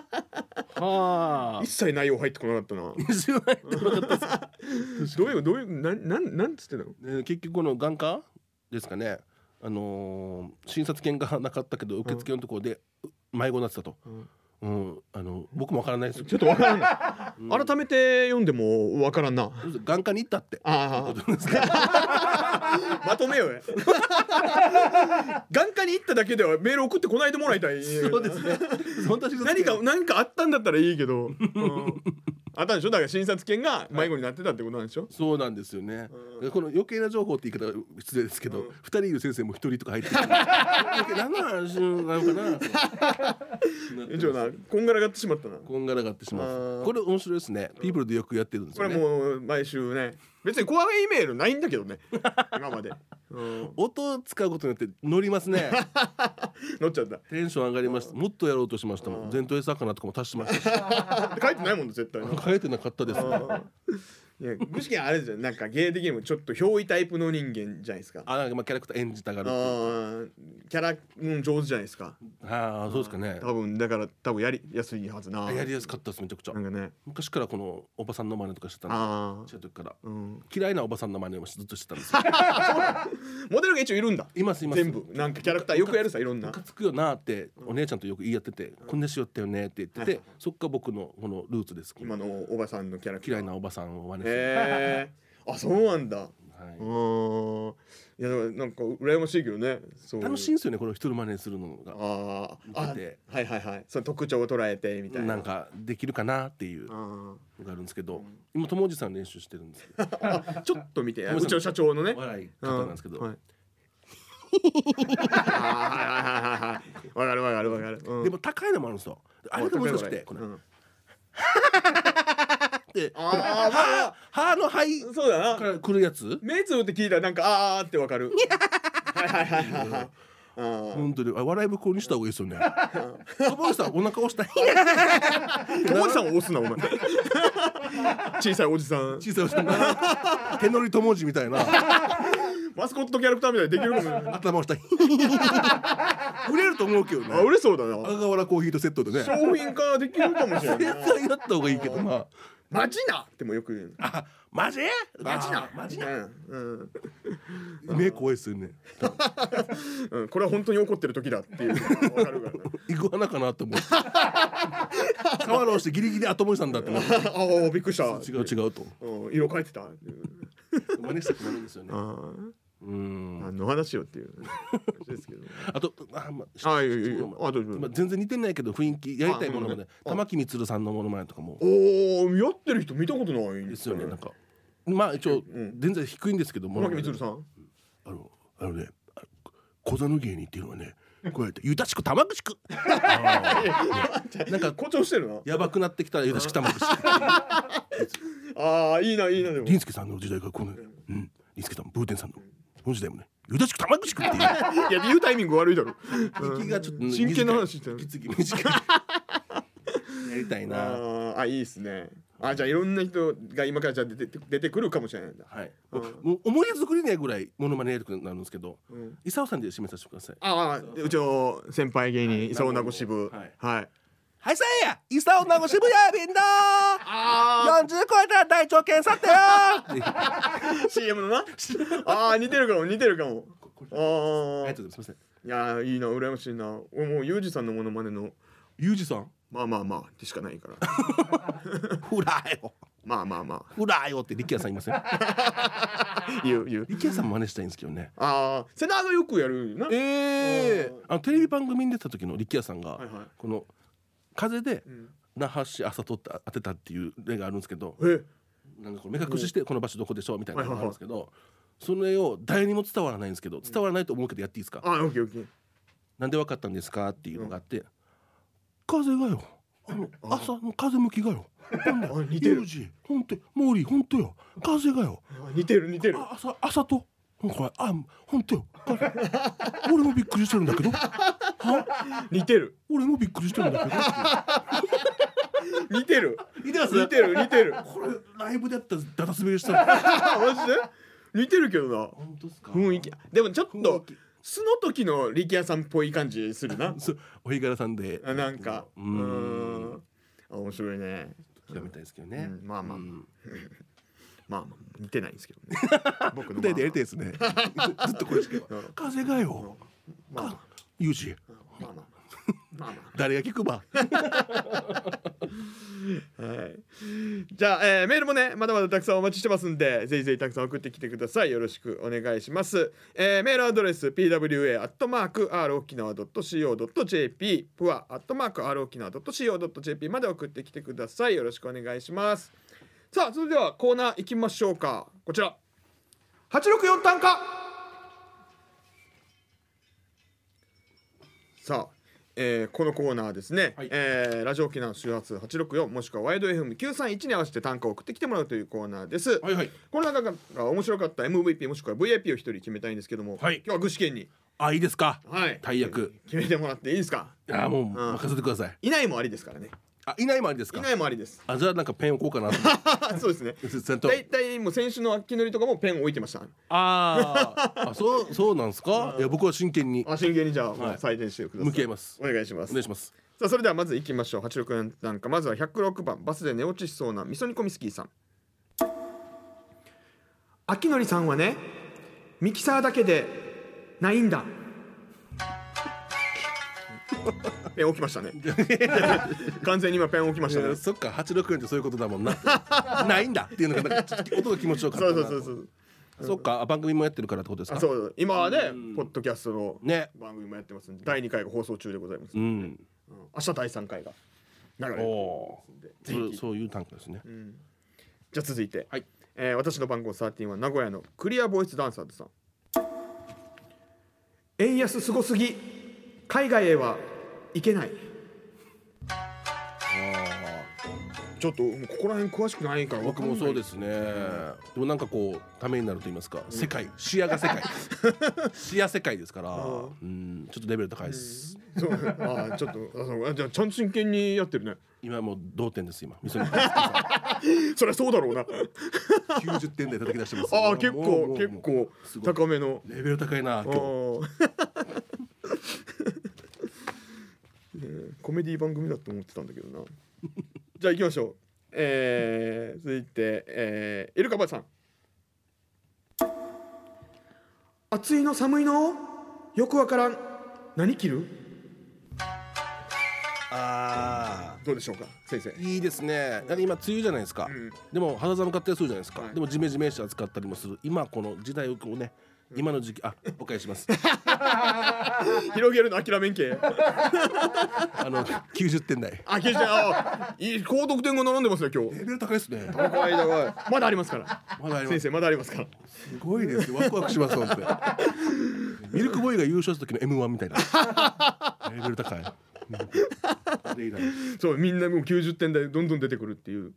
Speaker 2: はあ
Speaker 1: 一切内容入ってこなかったな
Speaker 2: 知らないってなかったで
Speaker 1: どういうどういうなんなんなんつってたの
Speaker 2: すね結局この眼科ですかねあのー診察券がなかったけど受付のところで迷子になってたと、うん、あの僕もわからないです
Speaker 1: ちょっとわからんない改めて読んでもわからんな
Speaker 2: 眼科に行ったって
Speaker 1: あ あまとめよう 眼科に行っただけではメール送ってこないでもらいたい
Speaker 2: そうですね。本当に
Speaker 1: 何か何かあったんだったらいいけど、うん あったんでしょだから診察券が迷子になってたってことなんでしょ、
Speaker 2: そうなんですよね。この余計な情報って言い方は失礼ですけ
Speaker 1: う
Speaker 2: ど
Speaker 1: ん、
Speaker 2: 二、人いる先生も一人とか入ってき てる。何の話なのかなと。
Speaker 1: 以上なこんがらがってしまったなこ
Speaker 2: こんがらがってしま
Speaker 1: あー
Speaker 2: う。これ面白いですね。ピープルでよくやってるんです
Speaker 1: れ
Speaker 2: よね。
Speaker 1: もう毎週ね別に怖いメールないんだけ どね今まで、うん
Speaker 2: 音を使うことによって乗りま すね
Speaker 1: 乗っちゃった
Speaker 2: テンション上がりましたもっとやろうとしましたもん前頭餌魚とかも足してましたし
Speaker 1: 書いてないもんね絶対な
Speaker 2: 書いてなかったですあ
Speaker 1: いや具志堅あれじゃんなんか芸的にもちょっと憑依タイプの人間じゃないですかあ
Speaker 2: なんかまあキャラクター演じたがるっていう
Speaker 1: ーキャラも上手じゃないですか
Speaker 2: ああそうですかね
Speaker 1: 多分だから多分やりやすいはずな
Speaker 2: やりやすかったですめちゃくちゃ
Speaker 1: なんかね
Speaker 2: 昔からこのおばさんの真似とかしてたんで
Speaker 1: あ
Speaker 2: ちっちゃい時から
Speaker 1: あ、うん、
Speaker 2: 嫌いなおばさんの真似をずっとしてたんですよ。
Speaker 1: モデルが一応いるんだ
Speaker 2: いますいます。
Speaker 1: 全部なんかキャラクターよくやるさいろんな
Speaker 2: ムカつくよなってお姉ちゃんとよく言い合ってて、こんなしよったよねって言ってて、そっから僕のこのルーツです。
Speaker 1: 今のおばさんのキャラクター
Speaker 2: 嫌いなおばさんを真似して。
Speaker 1: へえあそうなんだ
Speaker 2: はいう
Speaker 1: ーんいやだからなんか羨ましいけどねそう
Speaker 2: 楽しいんですよねこの一人真似するのが。
Speaker 1: あーあ
Speaker 2: 見てて
Speaker 1: はいはいはいその特徴を捉えてみたいな
Speaker 2: なんかできるかなっていうの
Speaker 1: あ
Speaker 2: があるんですけど、今友治さん練習してるんですけど、
Speaker 1: ーあちょっと見て
Speaker 2: めんな
Speaker 1: う
Speaker 2: さい
Speaker 1: ちの社長のね
Speaker 2: 笑い方なんですけど、
Speaker 1: うんはいあーはいはいはいはいはいわかるわかるわかる、うん
Speaker 2: でも高いのもあるんですよ。あれが難しくて、この、
Speaker 1: うん
Speaker 2: で、この
Speaker 1: あーまあ
Speaker 2: 歯歯の肺
Speaker 1: そうだな
Speaker 2: から来るやつ、
Speaker 1: 目つぶって聞いたらなんかあーってわか るはいはいはいはいはいあー
Speaker 2: 本当にあ笑い袋にした方がいいですよね。 友治さんお腹押したい。
Speaker 1: 友治さんを押すなお前小さいおじさん
Speaker 2: 小さいおじさんが手乗り友治みたいな
Speaker 1: マスコットキャラクターみたいにできるかもしれ ない
Speaker 2: 頭をした売れると思うけど
Speaker 1: あ
Speaker 2: ね
Speaker 1: 売れそうだな
Speaker 2: 赤瓦コーヒーとセットでね
Speaker 1: 商品化できるかもしれない
Speaker 2: 絶対やった方がいいけどな
Speaker 1: マジなってもよく言う
Speaker 2: あマジ
Speaker 1: マジな
Speaker 2: あマジな
Speaker 1: うん
Speaker 2: 目怖いっすよね
Speaker 1: うんうんこれは本当に怒ってる時だって いうのがわかるからな
Speaker 2: イグアナかなって思って川の押してギリギリ後戻りしたんだって思って
Speaker 1: ああびっくりした
Speaker 2: 違う違うと
Speaker 1: うん色変えてた
Speaker 2: 真似したくなるんですよね
Speaker 1: あ
Speaker 2: うん
Speaker 1: あの話よっていう話です けど
Speaker 2: あとあ、ま
Speaker 1: ああいいよあどうぞ
Speaker 2: ま全然似てないけど雰囲気やりたいものまで
Speaker 1: あ
Speaker 2: 玉木充さんのものまねとかも
Speaker 1: おおやってる人見たことない
Speaker 2: ですよねなんかまあ一応
Speaker 1: ん
Speaker 2: 全然低いんですけども
Speaker 1: 玉木充さん
Speaker 2: あのあのねあの小座の芸人っていうのはねこうやってゆたしく玉串くなんか
Speaker 1: 誇張してるな
Speaker 2: やばくなってきたらゆたしく玉串く
Speaker 1: ああいいないいなでも
Speaker 2: 林助さんの時代がこのうん林助さんブーテンさんのこの時代もねゆたしく玉串くっていう
Speaker 1: いや言うタイミング悪いだろ
Speaker 2: 息がちょっと
Speaker 1: 真剣な話してる
Speaker 2: 息継ぎ短い やりたいな
Speaker 1: あーあいいですねあじゃあいろんな人が今からじゃあ出て出てくるかもしれないんだ
Speaker 2: はい、もう思い出作りないぐらいモノマネやりたくなるんですけど、
Speaker 1: ん
Speaker 2: 伊沢さんで締めさせてください
Speaker 1: ああうちの先輩芸人伊沢名護支部
Speaker 2: はい
Speaker 1: はい
Speaker 2: はいさや伊沢名護渋谷便だ
Speaker 1: あ
Speaker 2: 40超えたら大腸検査ってよあ
Speaker 1: あ CM のなああ似てるかも似てるかも
Speaker 2: り
Speaker 1: ああ
Speaker 2: がとうございますすみません
Speaker 1: いやーいいな羨ましいな俺もうユージさんのモノマネの
Speaker 2: ゆうじさん
Speaker 1: まあまあまあでしかないから
Speaker 2: フラよ
Speaker 1: まあまあま
Speaker 2: フラよって力也さんいません
Speaker 1: あ言う言う
Speaker 2: 力也さんも真似したいんですけどね
Speaker 1: ああ瀬名がよくやるよな
Speaker 2: ええあのテレビ番組に出た時の力也さんが、
Speaker 1: はいはい
Speaker 2: この風で
Speaker 1: ん
Speaker 2: 那覇市朝とって当てたっていう例があるんですけど、
Speaker 1: え
Speaker 2: なんかこれ目隠ししてこの場所どこでしょうみたいなのがあ
Speaker 1: はい
Speaker 2: るん
Speaker 1: はいはい
Speaker 2: ですけどその絵を誰にも伝わらないんですけど伝わらないと思うけどやっていいですか
Speaker 1: ああオッケーオッケー
Speaker 2: なんでわかったんですかっていうのがあって風がよあの朝の風向きがよ
Speaker 1: あ 似て
Speaker 2: ユ
Speaker 1: る
Speaker 2: ージほんとモーリーほんとよ風がよ
Speaker 1: あ似てる似てる
Speaker 2: あ朝朝とこれあほんとよ風俺もびっくりしてるんだけどは
Speaker 1: 似てる
Speaker 2: 俺もびっくりしてるんだけど
Speaker 1: 似てる
Speaker 2: 似てま
Speaker 1: 似てる似てる
Speaker 2: これライブでやったらダダ滑りしたら
Speaker 1: あマジで似てるけどな
Speaker 2: 本当ですか
Speaker 1: 雰囲気でもちょっと
Speaker 2: 雰囲気
Speaker 1: 素の時の力也さんっぽい感じするな
Speaker 2: そうお日柄さんで
Speaker 1: あなんかう
Speaker 2: う
Speaker 1: ー
Speaker 2: ー
Speaker 1: ん
Speaker 2: ん
Speaker 1: あ面白いね
Speaker 2: 極めたいですけどね、
Speaker 1: うんまあまあ
Speaker 2: ん
Speaker 1: まあまあ似てないんですけどね 僕の ま
Speaker 2: 舞
Speaker 1: あ
Speaker 2: 台でやりたいですねずっとこれしか風がよ
Speaker 1: まあまあ
Speaker 2: ユージ
Speaker 1: まあまあまあまあ
Speaker 2: 誰が聞くば
Speaker 1: はい、じゃあ、えーメールもねまだまだたくさんお待ちしてますんでぜひぜひたくさん送ってきてくださいよろしくお願いします、えーメールアドレス pwa.rokinawa.co.jp プア .rokinawa.co.jp まで送ってきてくださいよろしくお願いしますさあそれではコーナー行きましょうかこちら864単価さあえーこのコーナーですね、
Speaker 2: はい
Speaker 1: えーラジオ沖縄の周波数864もしくはワイド FM931 に合わせて単価を送ってきてもらうというコーナーです、
Speaker 2: はいはい
Speaker 1: この中が面白かった MVP もしくは VIP を一人決めたいんですけども、
Speaker 2: はい
Speaker 1: 今日は具志堅に、
Speaker 2: あいいですか
Speaker 1: はい、
Speaker 2: 大役
Speaker 1: 決めてもらっていいですか
Speaker 2: いやもう任せてください
Speaker 1: いないもありですからね
Speaker 2: あいないもありです
Speaker 1: い
Speaker 2: か
Speaker 1: ないもありです
Speaker 2: あじゃあなんかペン置こうかなと思っ
Speaker 1: そうですね
Speaker 2: てずっと
Speaker 1: 大体もう先週の秋のりとかもペン置いてました
Speaker 2: あーあそうそうなんですかいや僕は真剣に
Speaker 1: あ真剣にじゃあ、
Speaker 2: はい
Speaker 1: 採点してください
Speaker 2: 向き合います
Speaker 1: お願いします
Speaker 2: お願いします
Speaker 1: さあそれではまず行きましょう86なんかまずは106番バスで寝落ちしそうな味噌煮込みスキーさん秋典さんはねミキサーだけでないん だペン起きましたね 完全に今ペン起きま
Speaker 2: い
Speaker 1: したね
Speaker 2: やそっか864ってそういうことだもんなないんだっていうのがなんかちょっと音が気持ちよかった
Speaker 1: そ
Speaker 2: な
Speaker 1: う
Speaker 2: と
Speaker 1: そうそうそう
Speaker 2: そっかあ番組もやってるからってことです
Speaker 1: あ
Speaker 2: か
Speaker 1: そう今はねポッドキャストの
Speaker 2: ね
Speaker 1: 番組もやってますんで第2回が放送中でございます、
Speaker 2: うん
Speaker 1: 明日第3回が流れ
Speaker 2: お
Speaker 1: る
Speaker 2: おー
Speaker 1: ぜひ
Speaker 2: そうそういう単価ですね
Speaker 1: じゃあ続いて、
Speaker 2: はい
Speaker 1: えー私の番号13は名古屋のクリアボイスダンサーズさん円安すごすぎ海外へは行けないちょっともうここら辺詳しくないから僕
Speaker 2: 僕もそうですね、でもなんかこうためになると言いますか、世界視野 が世界視野世界ですから、うん、ちょっとレベル高いです、
Speaker 1: そうああちょっとあそうあじゃあちゃんと真剣にやってるね
Speaker 2: 今もう同点です 今味噌の
Speaker 1: そり ゃそうだろうな
Speaker 2: 90点で叩き出してます
Speaker 1: ああ結
Speaker 2: も
Speaker 1: 構
Speaker 2: うもうもう
Speaker 1: 結構
Speaker 2: すごい
Speaker 1: 高めの
Speaker 2: レベル高いな
Speaker 1: あ
Speaker 2: 今 日
Speaker 1: ーねえコメディ番組だと思ってたんだけどなじゃあ行きましょう、えー、続いて、えー、イルカばさん暑いの寒いのよくわからん何着る
Speaker 2: あ
Speaker 1: どうでしょうか先生
Speaker 2: あいいですねだって今梅雨じゃないですか、
Speaker 1: ん
Speaker 2: でも肌寒かったりするじゃないですか、
Speaker 1: はい
Speaker 2: でもジメジメして暑かったりもする今この時代をこうね今の時期あお返しし ます
Speaker 1: 広げるの諦めんけ
Speaker 2: あの90点台
Speaker 1: あ、決してあいい高得点が並んでますね今日
Speaker 2: レベル高いですね
Speaker 1: 怖い怖いまだありますから
Speaker 2: まだありま
Speaker 1: 先
Speaker 2: す
Speaker 1: 生まだありますから
Speaker 2: すごいですワクワクします本当にミルクボーイが優勝した時の M1 みたい なレベル高い うんレイラ ー
Speaker 1: そうみんなもう90点台どんどん出てくるっていう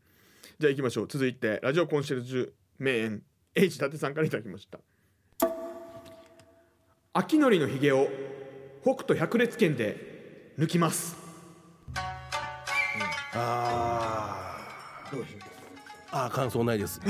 Speaker 1: じゃあ行きましょう続いてラジオコンシェルジュ名演 H 伊達さんからいただきました秋のりのひげを北斗百裂拳で抜きます
Speaker 2: あー感想ないです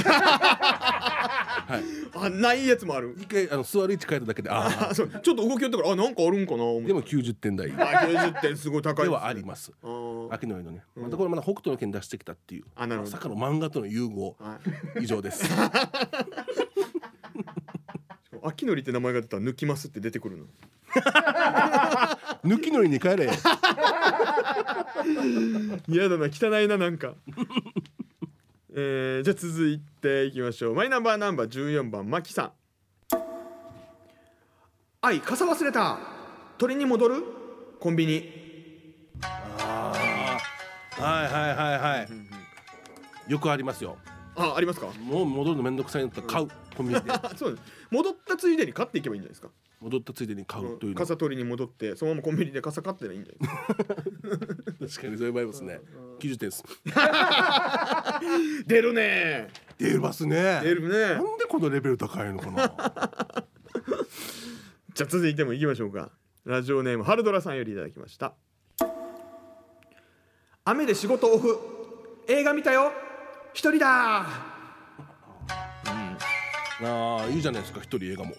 Speaker 1: あないやつもある
Speaker 2: 一回あの座る位置変えただけでああ
Speaker 1: あそうちょっと動きよったからあなんかあるんかな思って
Speaker 2: でも90点台
Speaker 1: あ90点すごい高い
Speaker 2: ですはあります
Speaker 1: あー
Speaker 2: 秋の夜のねまたこれまだ北斗の拳出してきたっていう
Speaker 1: あなるほど
Speaker 2: まさかの漫画との融合
Speaker 1: は
Speaker 2: 以上です
Speaker 1: い秋のりって名前が出たら抜きますって出てくるの
Speaker 2: 抜きのりに帰れ
Speaker 1: 嫌だな汚いななんか えー、じゃあ続いていきましょうマイナンバーナンバー14番マキさんあい傘忘れた鳥に戻るコンビニ
Speaker 2: はいはいはいはいよくありますよ
Speaker 1: あありますか
Speaker 2: もう戻るのめんどくさいんだったら買うコンビニで
Speaker 1: あそうです戻ったついでに買っていけばいいんじゃないですか
Speaker 2: 戻ったついでに買うというの
Speaker 1: 傘取りに戻ってそのままコンビニで傘買ってりゃいいんじゃないですか
Speaker 2: 確かにそういう場合ですね90点です
Speaker 1: 出るね
Speaker 2: 出ますね
Speaker 1: 出るね
Speaker 2: なんでこのレベル高いのかな
Speaker 1: じゃあ続いても行きましょうかラジオネームハルドラさんよりいただきました雨で仕事オフ映画見たよ一人だ
Speaker 2: ああいいじゃないですか一人映画も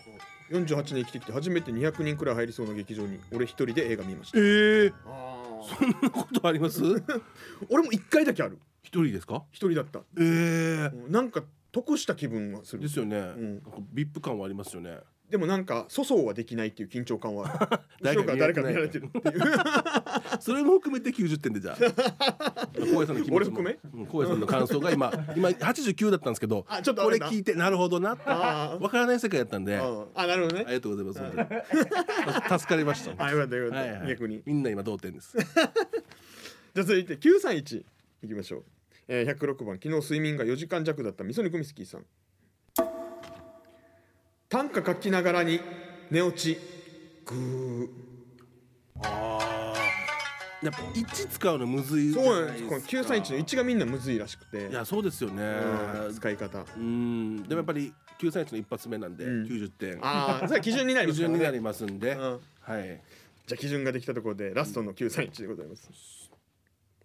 Speaker 1: 48年生きてきて初めて200人くらい入りそうな劇場に俺一人で映画見ました
Speaker 2: えー、
Speaker 1: あ
Speaker 2: そんなことあります
Speaker 1: 俺も1回だけある
Speaker 2: 一人ですか
Speaker 1: 一人だった
Speaker 2: ええー
Speaker 1: うんなんか得した気分はする
Speaker 2: ですよね、
Speaker 1: ん
Speaker 2: なんかビップ感はありますよね
Speaker 1: でもなんか粗相はできないっていう緊張感はある 後ろ
Speaker 2: 誰か
Speaker 1: か
Speaker 2: 見
Speaker 1: ら
Speaker 2: られ
Speaker 1: 誰
Speaker 2: て
Speaker 1: か
Speaker 2: な
Speaker 1: 見
Speaker 2: い
Speaker 1: られてるって いう
Speaker 2: それも含めて90点 でじゃあ高野さんの気持ちも
Speaker 1: 俺含め
Speaker 2: うん、高野さんの感想 が今今89だったんですけど
Speaker 1: あちょっと
Speaker 2: こ
Speaker 1: あれ
Speaker 2: れ
Speaker 1: だ
Speaker 2: 聞いてなるほどなって
Speaker 1: あー
Speaker 2: わからない世界だったんであ
Speaker 1: うんあなるほどね
Speaker 2: りがとうございます本当 に助かりました
Speaker 1: あよかったよか
Speaker 2: は
Speaker 1: っ
Speaker 2: い
Speaker 1: た、
Speaker 2: はい
Speaker 1: 逆に
Speaker 2: みんな今同点です
Speaker 1: じゃあ続いて931いきましょう、えー、106番昨日睡眠が4時間弱だったみそにくみすきさん短歌書きながらに寝落ちグ
Speaker 2: やっぱ1使うのむずい
Speaker 1: ー
Speaker 2: じ
Speaker 1: そ
Speaker 2: ゃ
Speaker 1: うなん
Speaker 2: ない
Speaker 1: です
Speaker 2: で
Speaker 1: この
Speaker 2: すか
Speaker 1: 931の1がみんなむずいらしくて
Speaker 2: いやそうですよね
Speaker 1: うん使い方
Speaker 2: うんでもやっぱり931の一発目なんで
Speaker 1: うん
Speaker 2: 90点
Speaker 1: ああそれは基準になり
Speaker 2: 基
Speaker 1: ますから
Speaker 2: 準
Speaker 1: ね
Speaker 2: になりますんで
Speaker 1: うん
Speaker 2: はい
Speaker 1: じゃあ基準ができたところでラストの931でございます、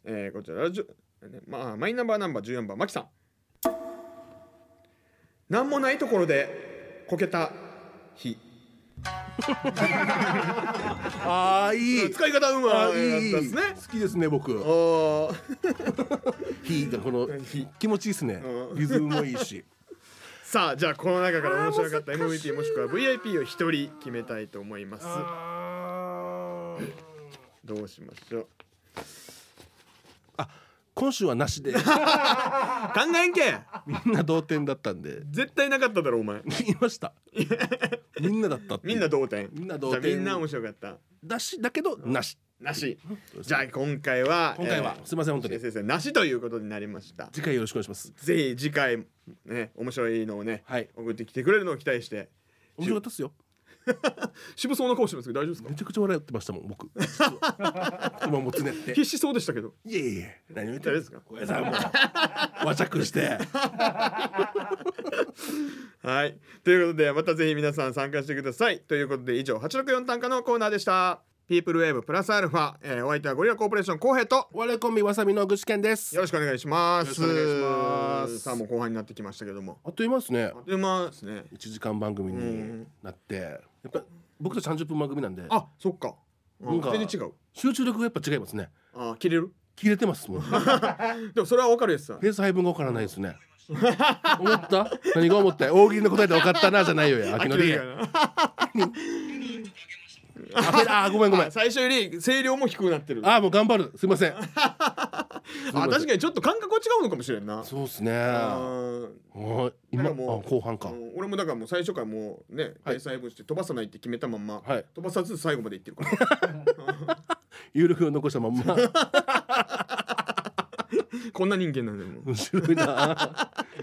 Speaker 1: えーこちらラジオ、ねまあ、マイナンバーナンバー14番マキさんなんもないところでこけた日
Speaker 2: ああいい
Speaker 1: 使い方う
Speaker 2: あ
Speaker 1: ま
Speaker 2: ーい
Speaker 1: い
Speaker 2: い
Speaker 1: やったですね
Speaker 2: 好きですね僕
Speaker 1: おー
Speaker 2: 火がこの
Speaker 1: 火
Speaker 2: 気持ちいいですね
Speaker 1: うん
Speaker 2: リズムもいい し
Speaker 1: さあじゃあこの中から面白かった MVP もしくは VIP を一人決めたいと思いますどうしましょう
Speaker 2: 今週はなしで
Speaker 1: 考えんけ
Speaker 2: みんな同点だったんで
Speaker 1: 絶対なかっただろお前
Speaker 2: 言いましたみんなだったっていう
Speaker 1: みんな同点
Speaker 2: みんな同点
Speaker 1: じゃあみんな面白かった
Speaker 2: だしだけどなし
Speaker 1: なしじゃあ今回は
Speaker 2: 今回はすいません本当に
Speaker 1: 先生なしということになりました
Speaker 2: 次回よろしくお願いします
Speaker 1: ぜひ次回ね面白いのをね、
Speaker 2: はい
Speaker 1: 送ってきてくれるのを期待して
Speaker 2: 面白かったっすよ
Speaker 1: 渋そうな顔してますけど大丈夫ですか
Speaker 2: めちゃくちゃ笑ってましたもん 僕実は今もつねって
Speaker 1: 必死そうでしたけど
Speaker 2: いえいえ何を言ってるんですか小
Speaker 1: 大
Speaker 2: 屋さんも う和着して
Speaker 1: はいということでまたぜひ皆さん参加してくださいということで以上864短歌のコーナーでしたピープルウェーブプラスアルファ、えー、お相手はゴリラコーポレーション浩平と
Speaker 2: 我コンビわさびの具志堅です
Speaker 1: よろしくお願いします
Speaker 2: よろしくお願いします
Speaker 1: さあもう後半になってきましたけども
Speaker 2: あっという間ですね
Speaker 1: あっという間ですね
Speaker 2: 1時間番組になってやっぱ僕たち30分番組なんで
Speaker 1: あそっかあ
Speaker 2: なんか
Speaker 1: 全然違う
Speaker 2: 集中力がやっぱ違いますね
Speaker 1: あ切れる
Speaker 2: 切切れてます もん
Speaker 1: でもそれはわかるやつさ
Speaker 2: ペース配分がわからないです ね思った何が思ったよ大喜利の答えで分かったなじゃないよや秋のり
Speaker 1: 明ら
Speaker 2: あ
Speaker 1: かな
Speaker 2: ペあごめんごめ ん
Speaker 1: 最初より声量も低くなってるあ
Speaker 2: あもう頑張るすいませんません
Speaker 1: 確かにちょっと感覚は違うのかもしれんな
Speaker 2: そうです
Speaker 1: う
Speaker 2: ね
Speaker 1: ん
Speaker 2: はい
Speaker 1: だか
Speaker 2: 今あ
Speaker 1: らもう
Speaker 2: 後半か
Speaker 1: うん俺もだからもう最初からもうね
Speaker 2: はい
Speaker 1: 体裁分して飛ばさないって決めたまんま、
Speaker 2: はい
Speaker 1: 飛ばさず最後までいってるから
Speaker 2: 有力を残したまんま
Speaker 1: こんな人間なんだよもう
Speaker 2: 面白い な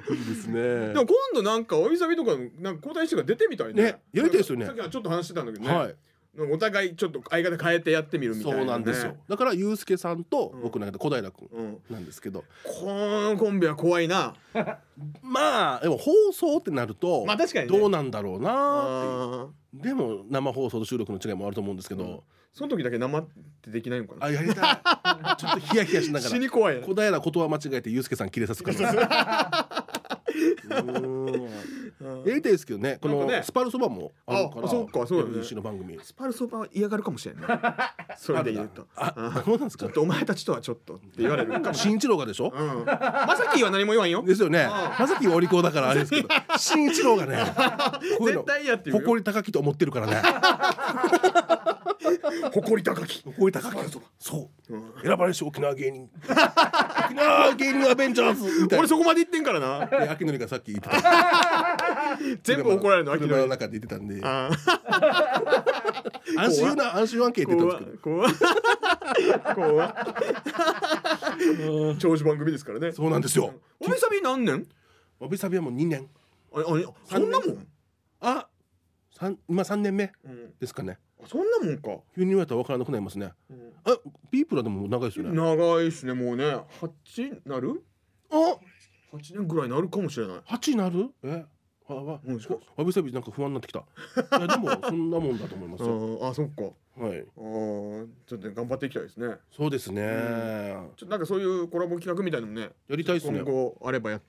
Speaker 2: いいですね
Speaker 1: でも今度なんかおいさびとかなんか交代してから出てみたいね
Speaker 2: ねやりたいですよね
Speaker 1: さっきはちょっと話してたんだけどね、
Speaker 2: はい
Speaker 1: お互いちょっと相方変えてやってみるみたいな、
Speaker 2: そ
Speaker 1: ね、
Speaker 2: うなんですよだからユうスケさんと僕なんか小平君
Speaker 1: うん、
Speaker 2: なんですけど
Speaker 1: このコンビは怖いな
Speaker 2: まあでも放送ってなると
Speaker 1: まあ確かにね
Speaker 2: どうなんだろうなって
Speaker 1: あー
Speaker 2: いうでも生放送と収録の違いもあると思うんですけど
Speaker 1: その時だけ生ってできないのかな
Speaker 2: あやりたい ちょっとヒヤヒヤしなが
Speaker 1: 死
Speaker 2: ら
Speaker 1: に怖いな
Speaker 2: 小平ことは間違えてユうスケさん切れさすから うーん
Speaker 1: うん
Speaker 2: やりたいですけどねこ
Speaker 1: なん
Speaker 2: の
Speaker 1: かね
Speaker 2: スパルそばもあるから
Speaker 1: あそうかそうだね
Speaker 2: MBC の番組
Speaker 1: スパルソバは嫌がるかもし れんないそれで言うと
Speaker 2: あそうなんです
Speaker 1: ちょ
Speaker 2: か
Speaker 1: っとお前たちとはちょっとって言われるかもし
Speaker 2: 新一郎がでしょ
Speaker 1: れない、うん、まさきは何も言わんよ
Speaker 2: ですよね
Speaker 1: あ
Speaker 2: まさきはお利口だからあれです けど新一郎がねこういうの
Speaker 1: 絶対嫌っていうよ
Speaker 2: 誇り高きと思ってるか らね
Speaker 1: 誇り高き
Speaker 2: 誇り高きそう、
Speaker 1: うん
Speaker 2: 選ばれし沖縄芸人沖縄芸人アベンジャーズみたい
Speaker 1: 俺
Speaker 2: な
Speaker 1: そこまで言ってんからな
Speaker 2: で秋のりがさっき言ってた
Speaker 1: 全部怒られるの秋
Speaker 2: 車
Speaker 1: の
Speaker 2: の
Speaker 1: り
Speaker 2: 中で言ってたんで
Speaker 1: あ
Speaker 2: 安心な安心アンケート言ってた
Speaker 1: 怖
Speaker 2: ん
Speaker 1: い
Speaker 2: です
Speaker 1: 怖い怖い長寿番組ですからね
Speaker 2: けどそうなんですよ
Speaker 1: おみさび何年
Speaker 2: わびさびはもう2年
Speaker 1: あれあれそんなもん、
Speaker 2: あ三今3年目
Speaker 1: うん
Speaker 2: ですかね
Speaker 1: そんなもんか、
Speaker 2: 急に言われたら分からなくなりますね
Speaker 1: うん
Speaker 2: あピープラでも長いですよね
Speaker 1: 長いっすねもうね8なる
Speaker 2: あ
Speaker 1: 8年ぐらいなるかもしれない
Speaker 2: 八なるえわわ
Speaker 1: うんそう
Speaker 2: わびさびなんか不安になってきたいやでもそんなもんだと思います
Speaker 1: あ
Speaker 2: よ
Speaker 1: ーあそっか
Speaker 2: はい
Speaker 1: あーちょっとね頑張っていきたいですね
Speaker 2: そうですね
Speaker 1: ちょっとなんかそういうコラボ企画みたいのもね
Speaker 2: やりたいですね
Speaker 1: 今後あればや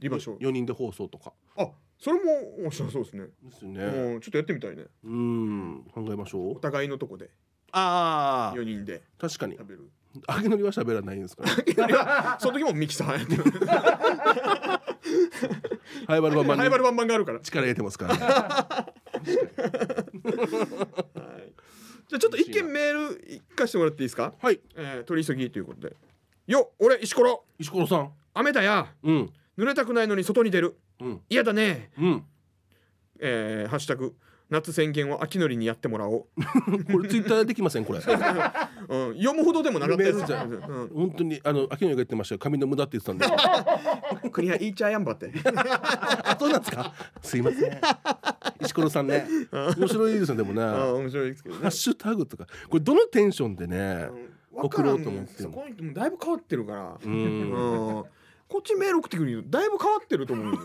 Speaker 1: りましょう
Speaker 2: 四人で放送とか
Speaker 1: あそれも面白そうですね、
Speaker 2: ですよね
Speaker 1: うんちょっとやってみたいね
Speaker 2: うん考えましょ
Speaker 1: お
Speaker 2: う
Speaker 1: 互いのとこで
Speaker 2: あ
Speaker 1: 4人で
Speaker 2: 確かに
Speaker 1: 食べる
Speaker 2: 揚げのりは喋らないんですから
Speaker 1: その時もミキサーやってる
Speaker 2: ハイバルバンバン
Speaker 1: ハイ
Speaker 2: に
Speaker 1: バルバンバンがあるからじ
Speaker 2: 力入れてますからね
Speaker 1: ゃあちょっと一件メール一回してもらっていいですか、
Speaker 2: はい
Speaker 1: えー、取り急ぎということでよ俺石ころ
Speaker 2: 石ころさん
Speaker 1: 雨だや
Speaker 2: うん
Speaker 1: 濡れたくないのに外に出る
Speaker 2: うん
Speaker 1: 嫌だね
Speaker 2: うん
Speaker 1: えー、ハッシュタグ夏宣言を秋のりにやってもらおう、
Speaker 2: これツイッターできませんこれ
Speaker 1: うん、読むほどでもなかったやつ
Speaker 2: メールじゃん
Speaker 1: うん
Speaker 2: 本当にあの秋野が言ってましたよ髪の無駄って言ってたんで
Speaker 1: 国はイーチャーヤンバ って
Speaker 2: あそうなんですかすいません石ころさんね面白いですよでもね
Speaker 1: あ
Speaker 2: ハ
Speaker 1: ー面白いですけどね
Speaker 2: ッシュタグとかこれどのテンションでね送ろうと思って
Speaker 1: そ
Speaker 2: る
Speaker 1: こにもだいぶ変わってるから
Speaker 2: う
Speaker 1: うん
Speaker 2: ん
Speaker 1: こっちメール送ってくるよだいぶ変わってると思うよ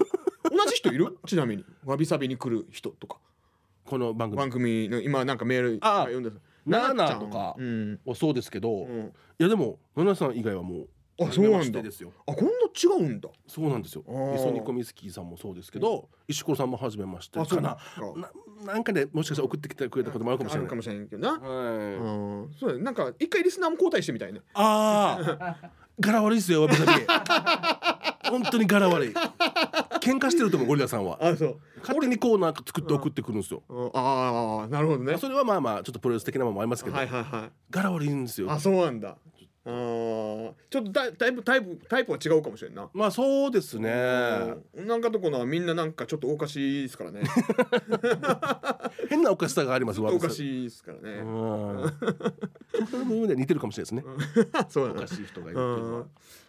Speaker 1: 同じ人いるちなみにわびさびに来る人とか
Speaker 2: この番組
Speaker 1: 番組の今なんかメール
Speaker 2: あ
Speaker 1: 読んでた
Speaker 2: ナーナ
Speaker 1: ちゃ
Speaker 2: ー
Speaker 1: ん
Speaker 2: とか
Speaker 1: うん
Speaker 2: はそうですけど
Speaker 1: うん
Speaker 2: いやでもナナさん以外はもう
Speaker 1: あそうなん
Speaker 2: 初めまして
Speaker 1: だ
Speaker 2: ですよ
Speaker 1: あこんな違うんだ
Speaker 2: そうなんですよ
Speaker 1: あー
Speaker 2: イソニコミスキーさんもそうですけど石ころさんも初めまして
Speaker 1: あそう
Speaker 2: か
Speaker 1: なん
Speaker 2: なななんかねもしかしたら送ってきてくれたこともあるかもし
Speaker 1: ある
Speaker 2: れな
Speaker 1: か
Speaker 2: い
Speaker 1: もしれんけどな
Speaker 2: はい
Speaker 1: うんそうだねなんか一回リスナーも交代してみたいね
Speaker 2: ああ柄悪いですよわびさび 本当に柄悪い喧嘩してると思うゴリラさんは
Speaker 1: あそう
Speaker 2: 勝手にコーナー作って送ってくるんですよ
Speaker 1: うんああなるほどね
Speaker 2: それはまあまあちょっとプロレス的なものもありますけど
Speaker 1: はいはいはい
Speaker 2: 柄悪いんですよ
Speaker 1: あそうなんだあーちょっとだだいぶタイプタイプは違うかもしれんな
Speaker 2: まあそうですね
Speaker 1: うんなんかとこのはみんななんかちょっとおかしいですからね
Speaker 2: 変なおかしさがあります
Speaker 1: おか
Speaker 2: い
Speaker 1: しいですからね、
Speaker 2: うんその部分では似てるかもしれないですね
Speaker 1: そう
Speaker 2: お
Speaker 1: だ
Speaker 2: か
Speaker 1: ね
Speaker 2: しい人がいるっていう
Speaker 1: う
Speaker 2: のは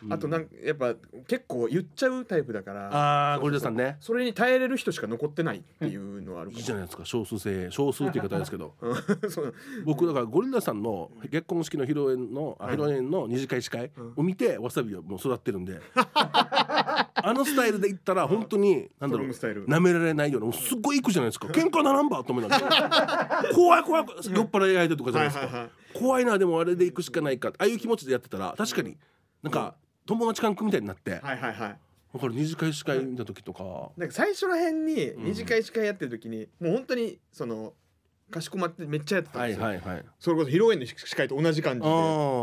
Speaker 1: んあとなんかやっぱ結構言っちゃうタイプだから
Speaker 2: ああゴリラさんね
Speaker 1: それに耐えれる人しか残ってないっていうのはあるか
Speaker 2: いい
Speaker 1: も
Speaker 2: じゃないですか少数制少数っていう方ですけど
Speaker 1: そう
Speaker 2: 僕だからゴリラさんの結婚式の披露宴のあ披露宴の二次会司会を見てわさびをもう育ってる んであのスタイルで行ったら本当になんだ
Speaker 1: ト
Speaker 2: ろ
Speaker 1: ロ
Speaker 2: う
Speaker 1: ムスタイル
Speaker 2: なめられないようなもうすっごいいい子じゃないですか喧嘩ならんばと思いながら怖い怖い怖い酔っ払い相手とかじゃないです
Speaker 1: はいはいは
Speaker 2: か
Speaker 1: い
Speaker 2: 怖いなでもあれで行くしかないかああいう気持ちでやってたら確かになんか友達関係みたいになってだか
Speaker 1: はいはいはい
Speaker 2: ら二次会司会見た時とか
Speaker 1: なんか最初らへんに二次会司会やってる時に、もう本当にそのかしこまってめっちゃやってたん
Speaker 2: は
Speaker 1: で
Speaker 2: い
Speaker 1: すよ、
Speaker 2: はいはい
Speaker 1: それこそ披露宴の司会と同じ感じでだ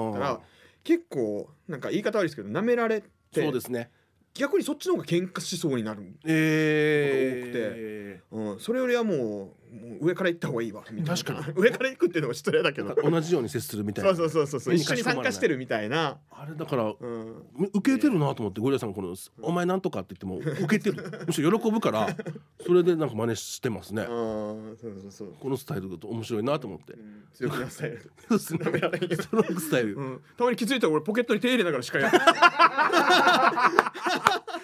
Speaker 2: あ
Speaker 1: から結構なんか言い方悪いですけど舐められて
Speaker 2: そうですね
Speaker 1: 逆にそっちの方が喧嘩しそうになる、
Speaker 2: え
Speaker 1: うん、それよりはもうもう上から行った方がいいわみたいな
Speaker 2: 確か
Speaker 1: 上から行くっていうのも失礼だけど
Speaker 2: 多くて同じように接するみたい
Speaker 1: そう
Speaker 2: な
Speaker 1: そうそうそうそう
Speaker 2: 目に
Speaker 1: 一緒
Speaker 2: か
Speaker 1: に
Speaker 2: しこまら
Speaker 1: 参
Speaker 2: な
Speaker 1: 加
Speaker 2: い
Speaker 1: してるみたいな、
Speaker 2: あれだから
Speaker 1: うん、
Speaker 2: 受けてるなと思ってゴリラさんがこの「お前なんとか」って言っても受けてるむしろ喜ぶからそれでなんか真似してますね
Speaker 1: あーそうそうそう、
Speaker 2: このスタイルだと面白いなと思って
Speaker 1: うん、強気なスタイル、
Speaker 2: そうですね
Speaker 1: 舐められんよ
Speaker 2: ストロングスタイル、
Speaker 1: うん、たまに気づいたら俺ポケットに手入れながらしかや る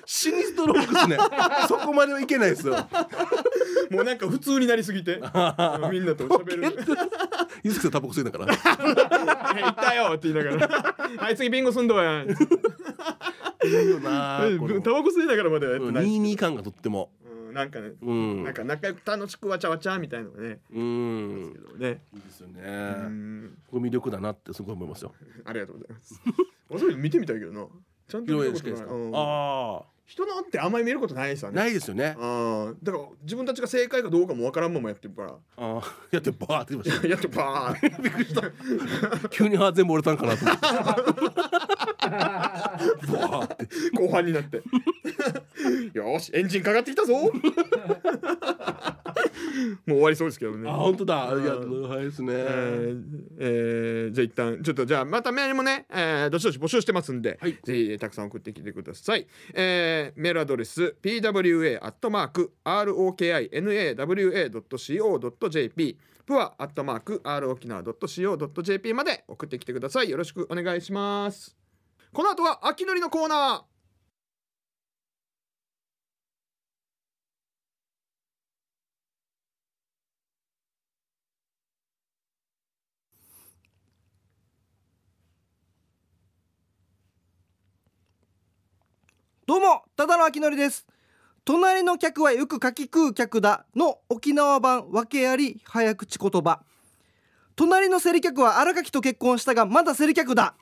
Speaker 2: 死にストロングです ねそこまではいけないですよ
Speaker 1: もうなんか普通になりすぎ てうんみんなと
Speaker 2: ポ
Speaker 1: 喋
Speaker 2: ケ
Speaker 1: る
Speaker 2: ットゆずきさんタバコ吸いなが
Speaker 1: 「
Speaker 2: ら
Speaker 1: 行ったよ」って言いなが ら 「はい次ビンゴすんどやん」
Speaker 2: いいよな
Speaker 1: うん
Speaker 2: この
Speaker 1: タバコ吸いながらまではやってないし、
Speaker 2: 22感がとっても
Speaker 1: うん、なんかね、
Speaker 2: うん
Speaker 1: なんか仲良く楽しくわちゃわちゃみたいなのがね、
Speaker 2: うん
Speaker 1: けどね、
Speaker 2: いいですよね
Speaker 1: うん、
Speaker 2: ここ魅力だなってすごい思いますよ
Speaker 1: ありがとうございます。 あそういうの見てみたいけどな、ちゃんと
Speaker 2: 色
Speaker 1: 見
Speaker 2: 々
Speaker 1: たこ
Speaker 2: しか
Speaker 1: とな
Speaker 2: ないで
Speaker 1: い。うん
Speaker 2: すかあ
Speaker 1: 人のってあんまり見ることないですよ
Speaker 2: あ
Speaker 1: ね。
Speaker 2: ないですよね
Speaker 1: ああ、だから自分たちが正解かどうかもわからん ままやってるか
Speaker 2: ああやってバーって言いました
Speaker 1: ら、やってばーって。
Speaker 2: 急にあー全部折れたんかなと思ってバーって
Speaker 1: 後半になって。 よーし、エンジンかかってきたぞ。 もう終わりそうですけどね。
Speaker 2: あ本当だありがとうはいですね
Speaker 1: えーえーじゃあ一旦ちょっとじゃあまたメールもね、えーどしどし募集してますんで、
Speaker 2: はい
Speaker 1: ぜひえーたくさん送ってきてください、えーメールアドレス pwa.rokinawa.co.jp プアアットマーク r o k i n a w c o j p まで送ってきてくださいよろしくお願いしますこの後は秋のりのコーナ
Speaker 3: どうもただのあきのりです隣の客はよくかき食う客だの沖縄版訳あり早口言葉隣のセリ客は荒垣と結婚したがまだセリ客だ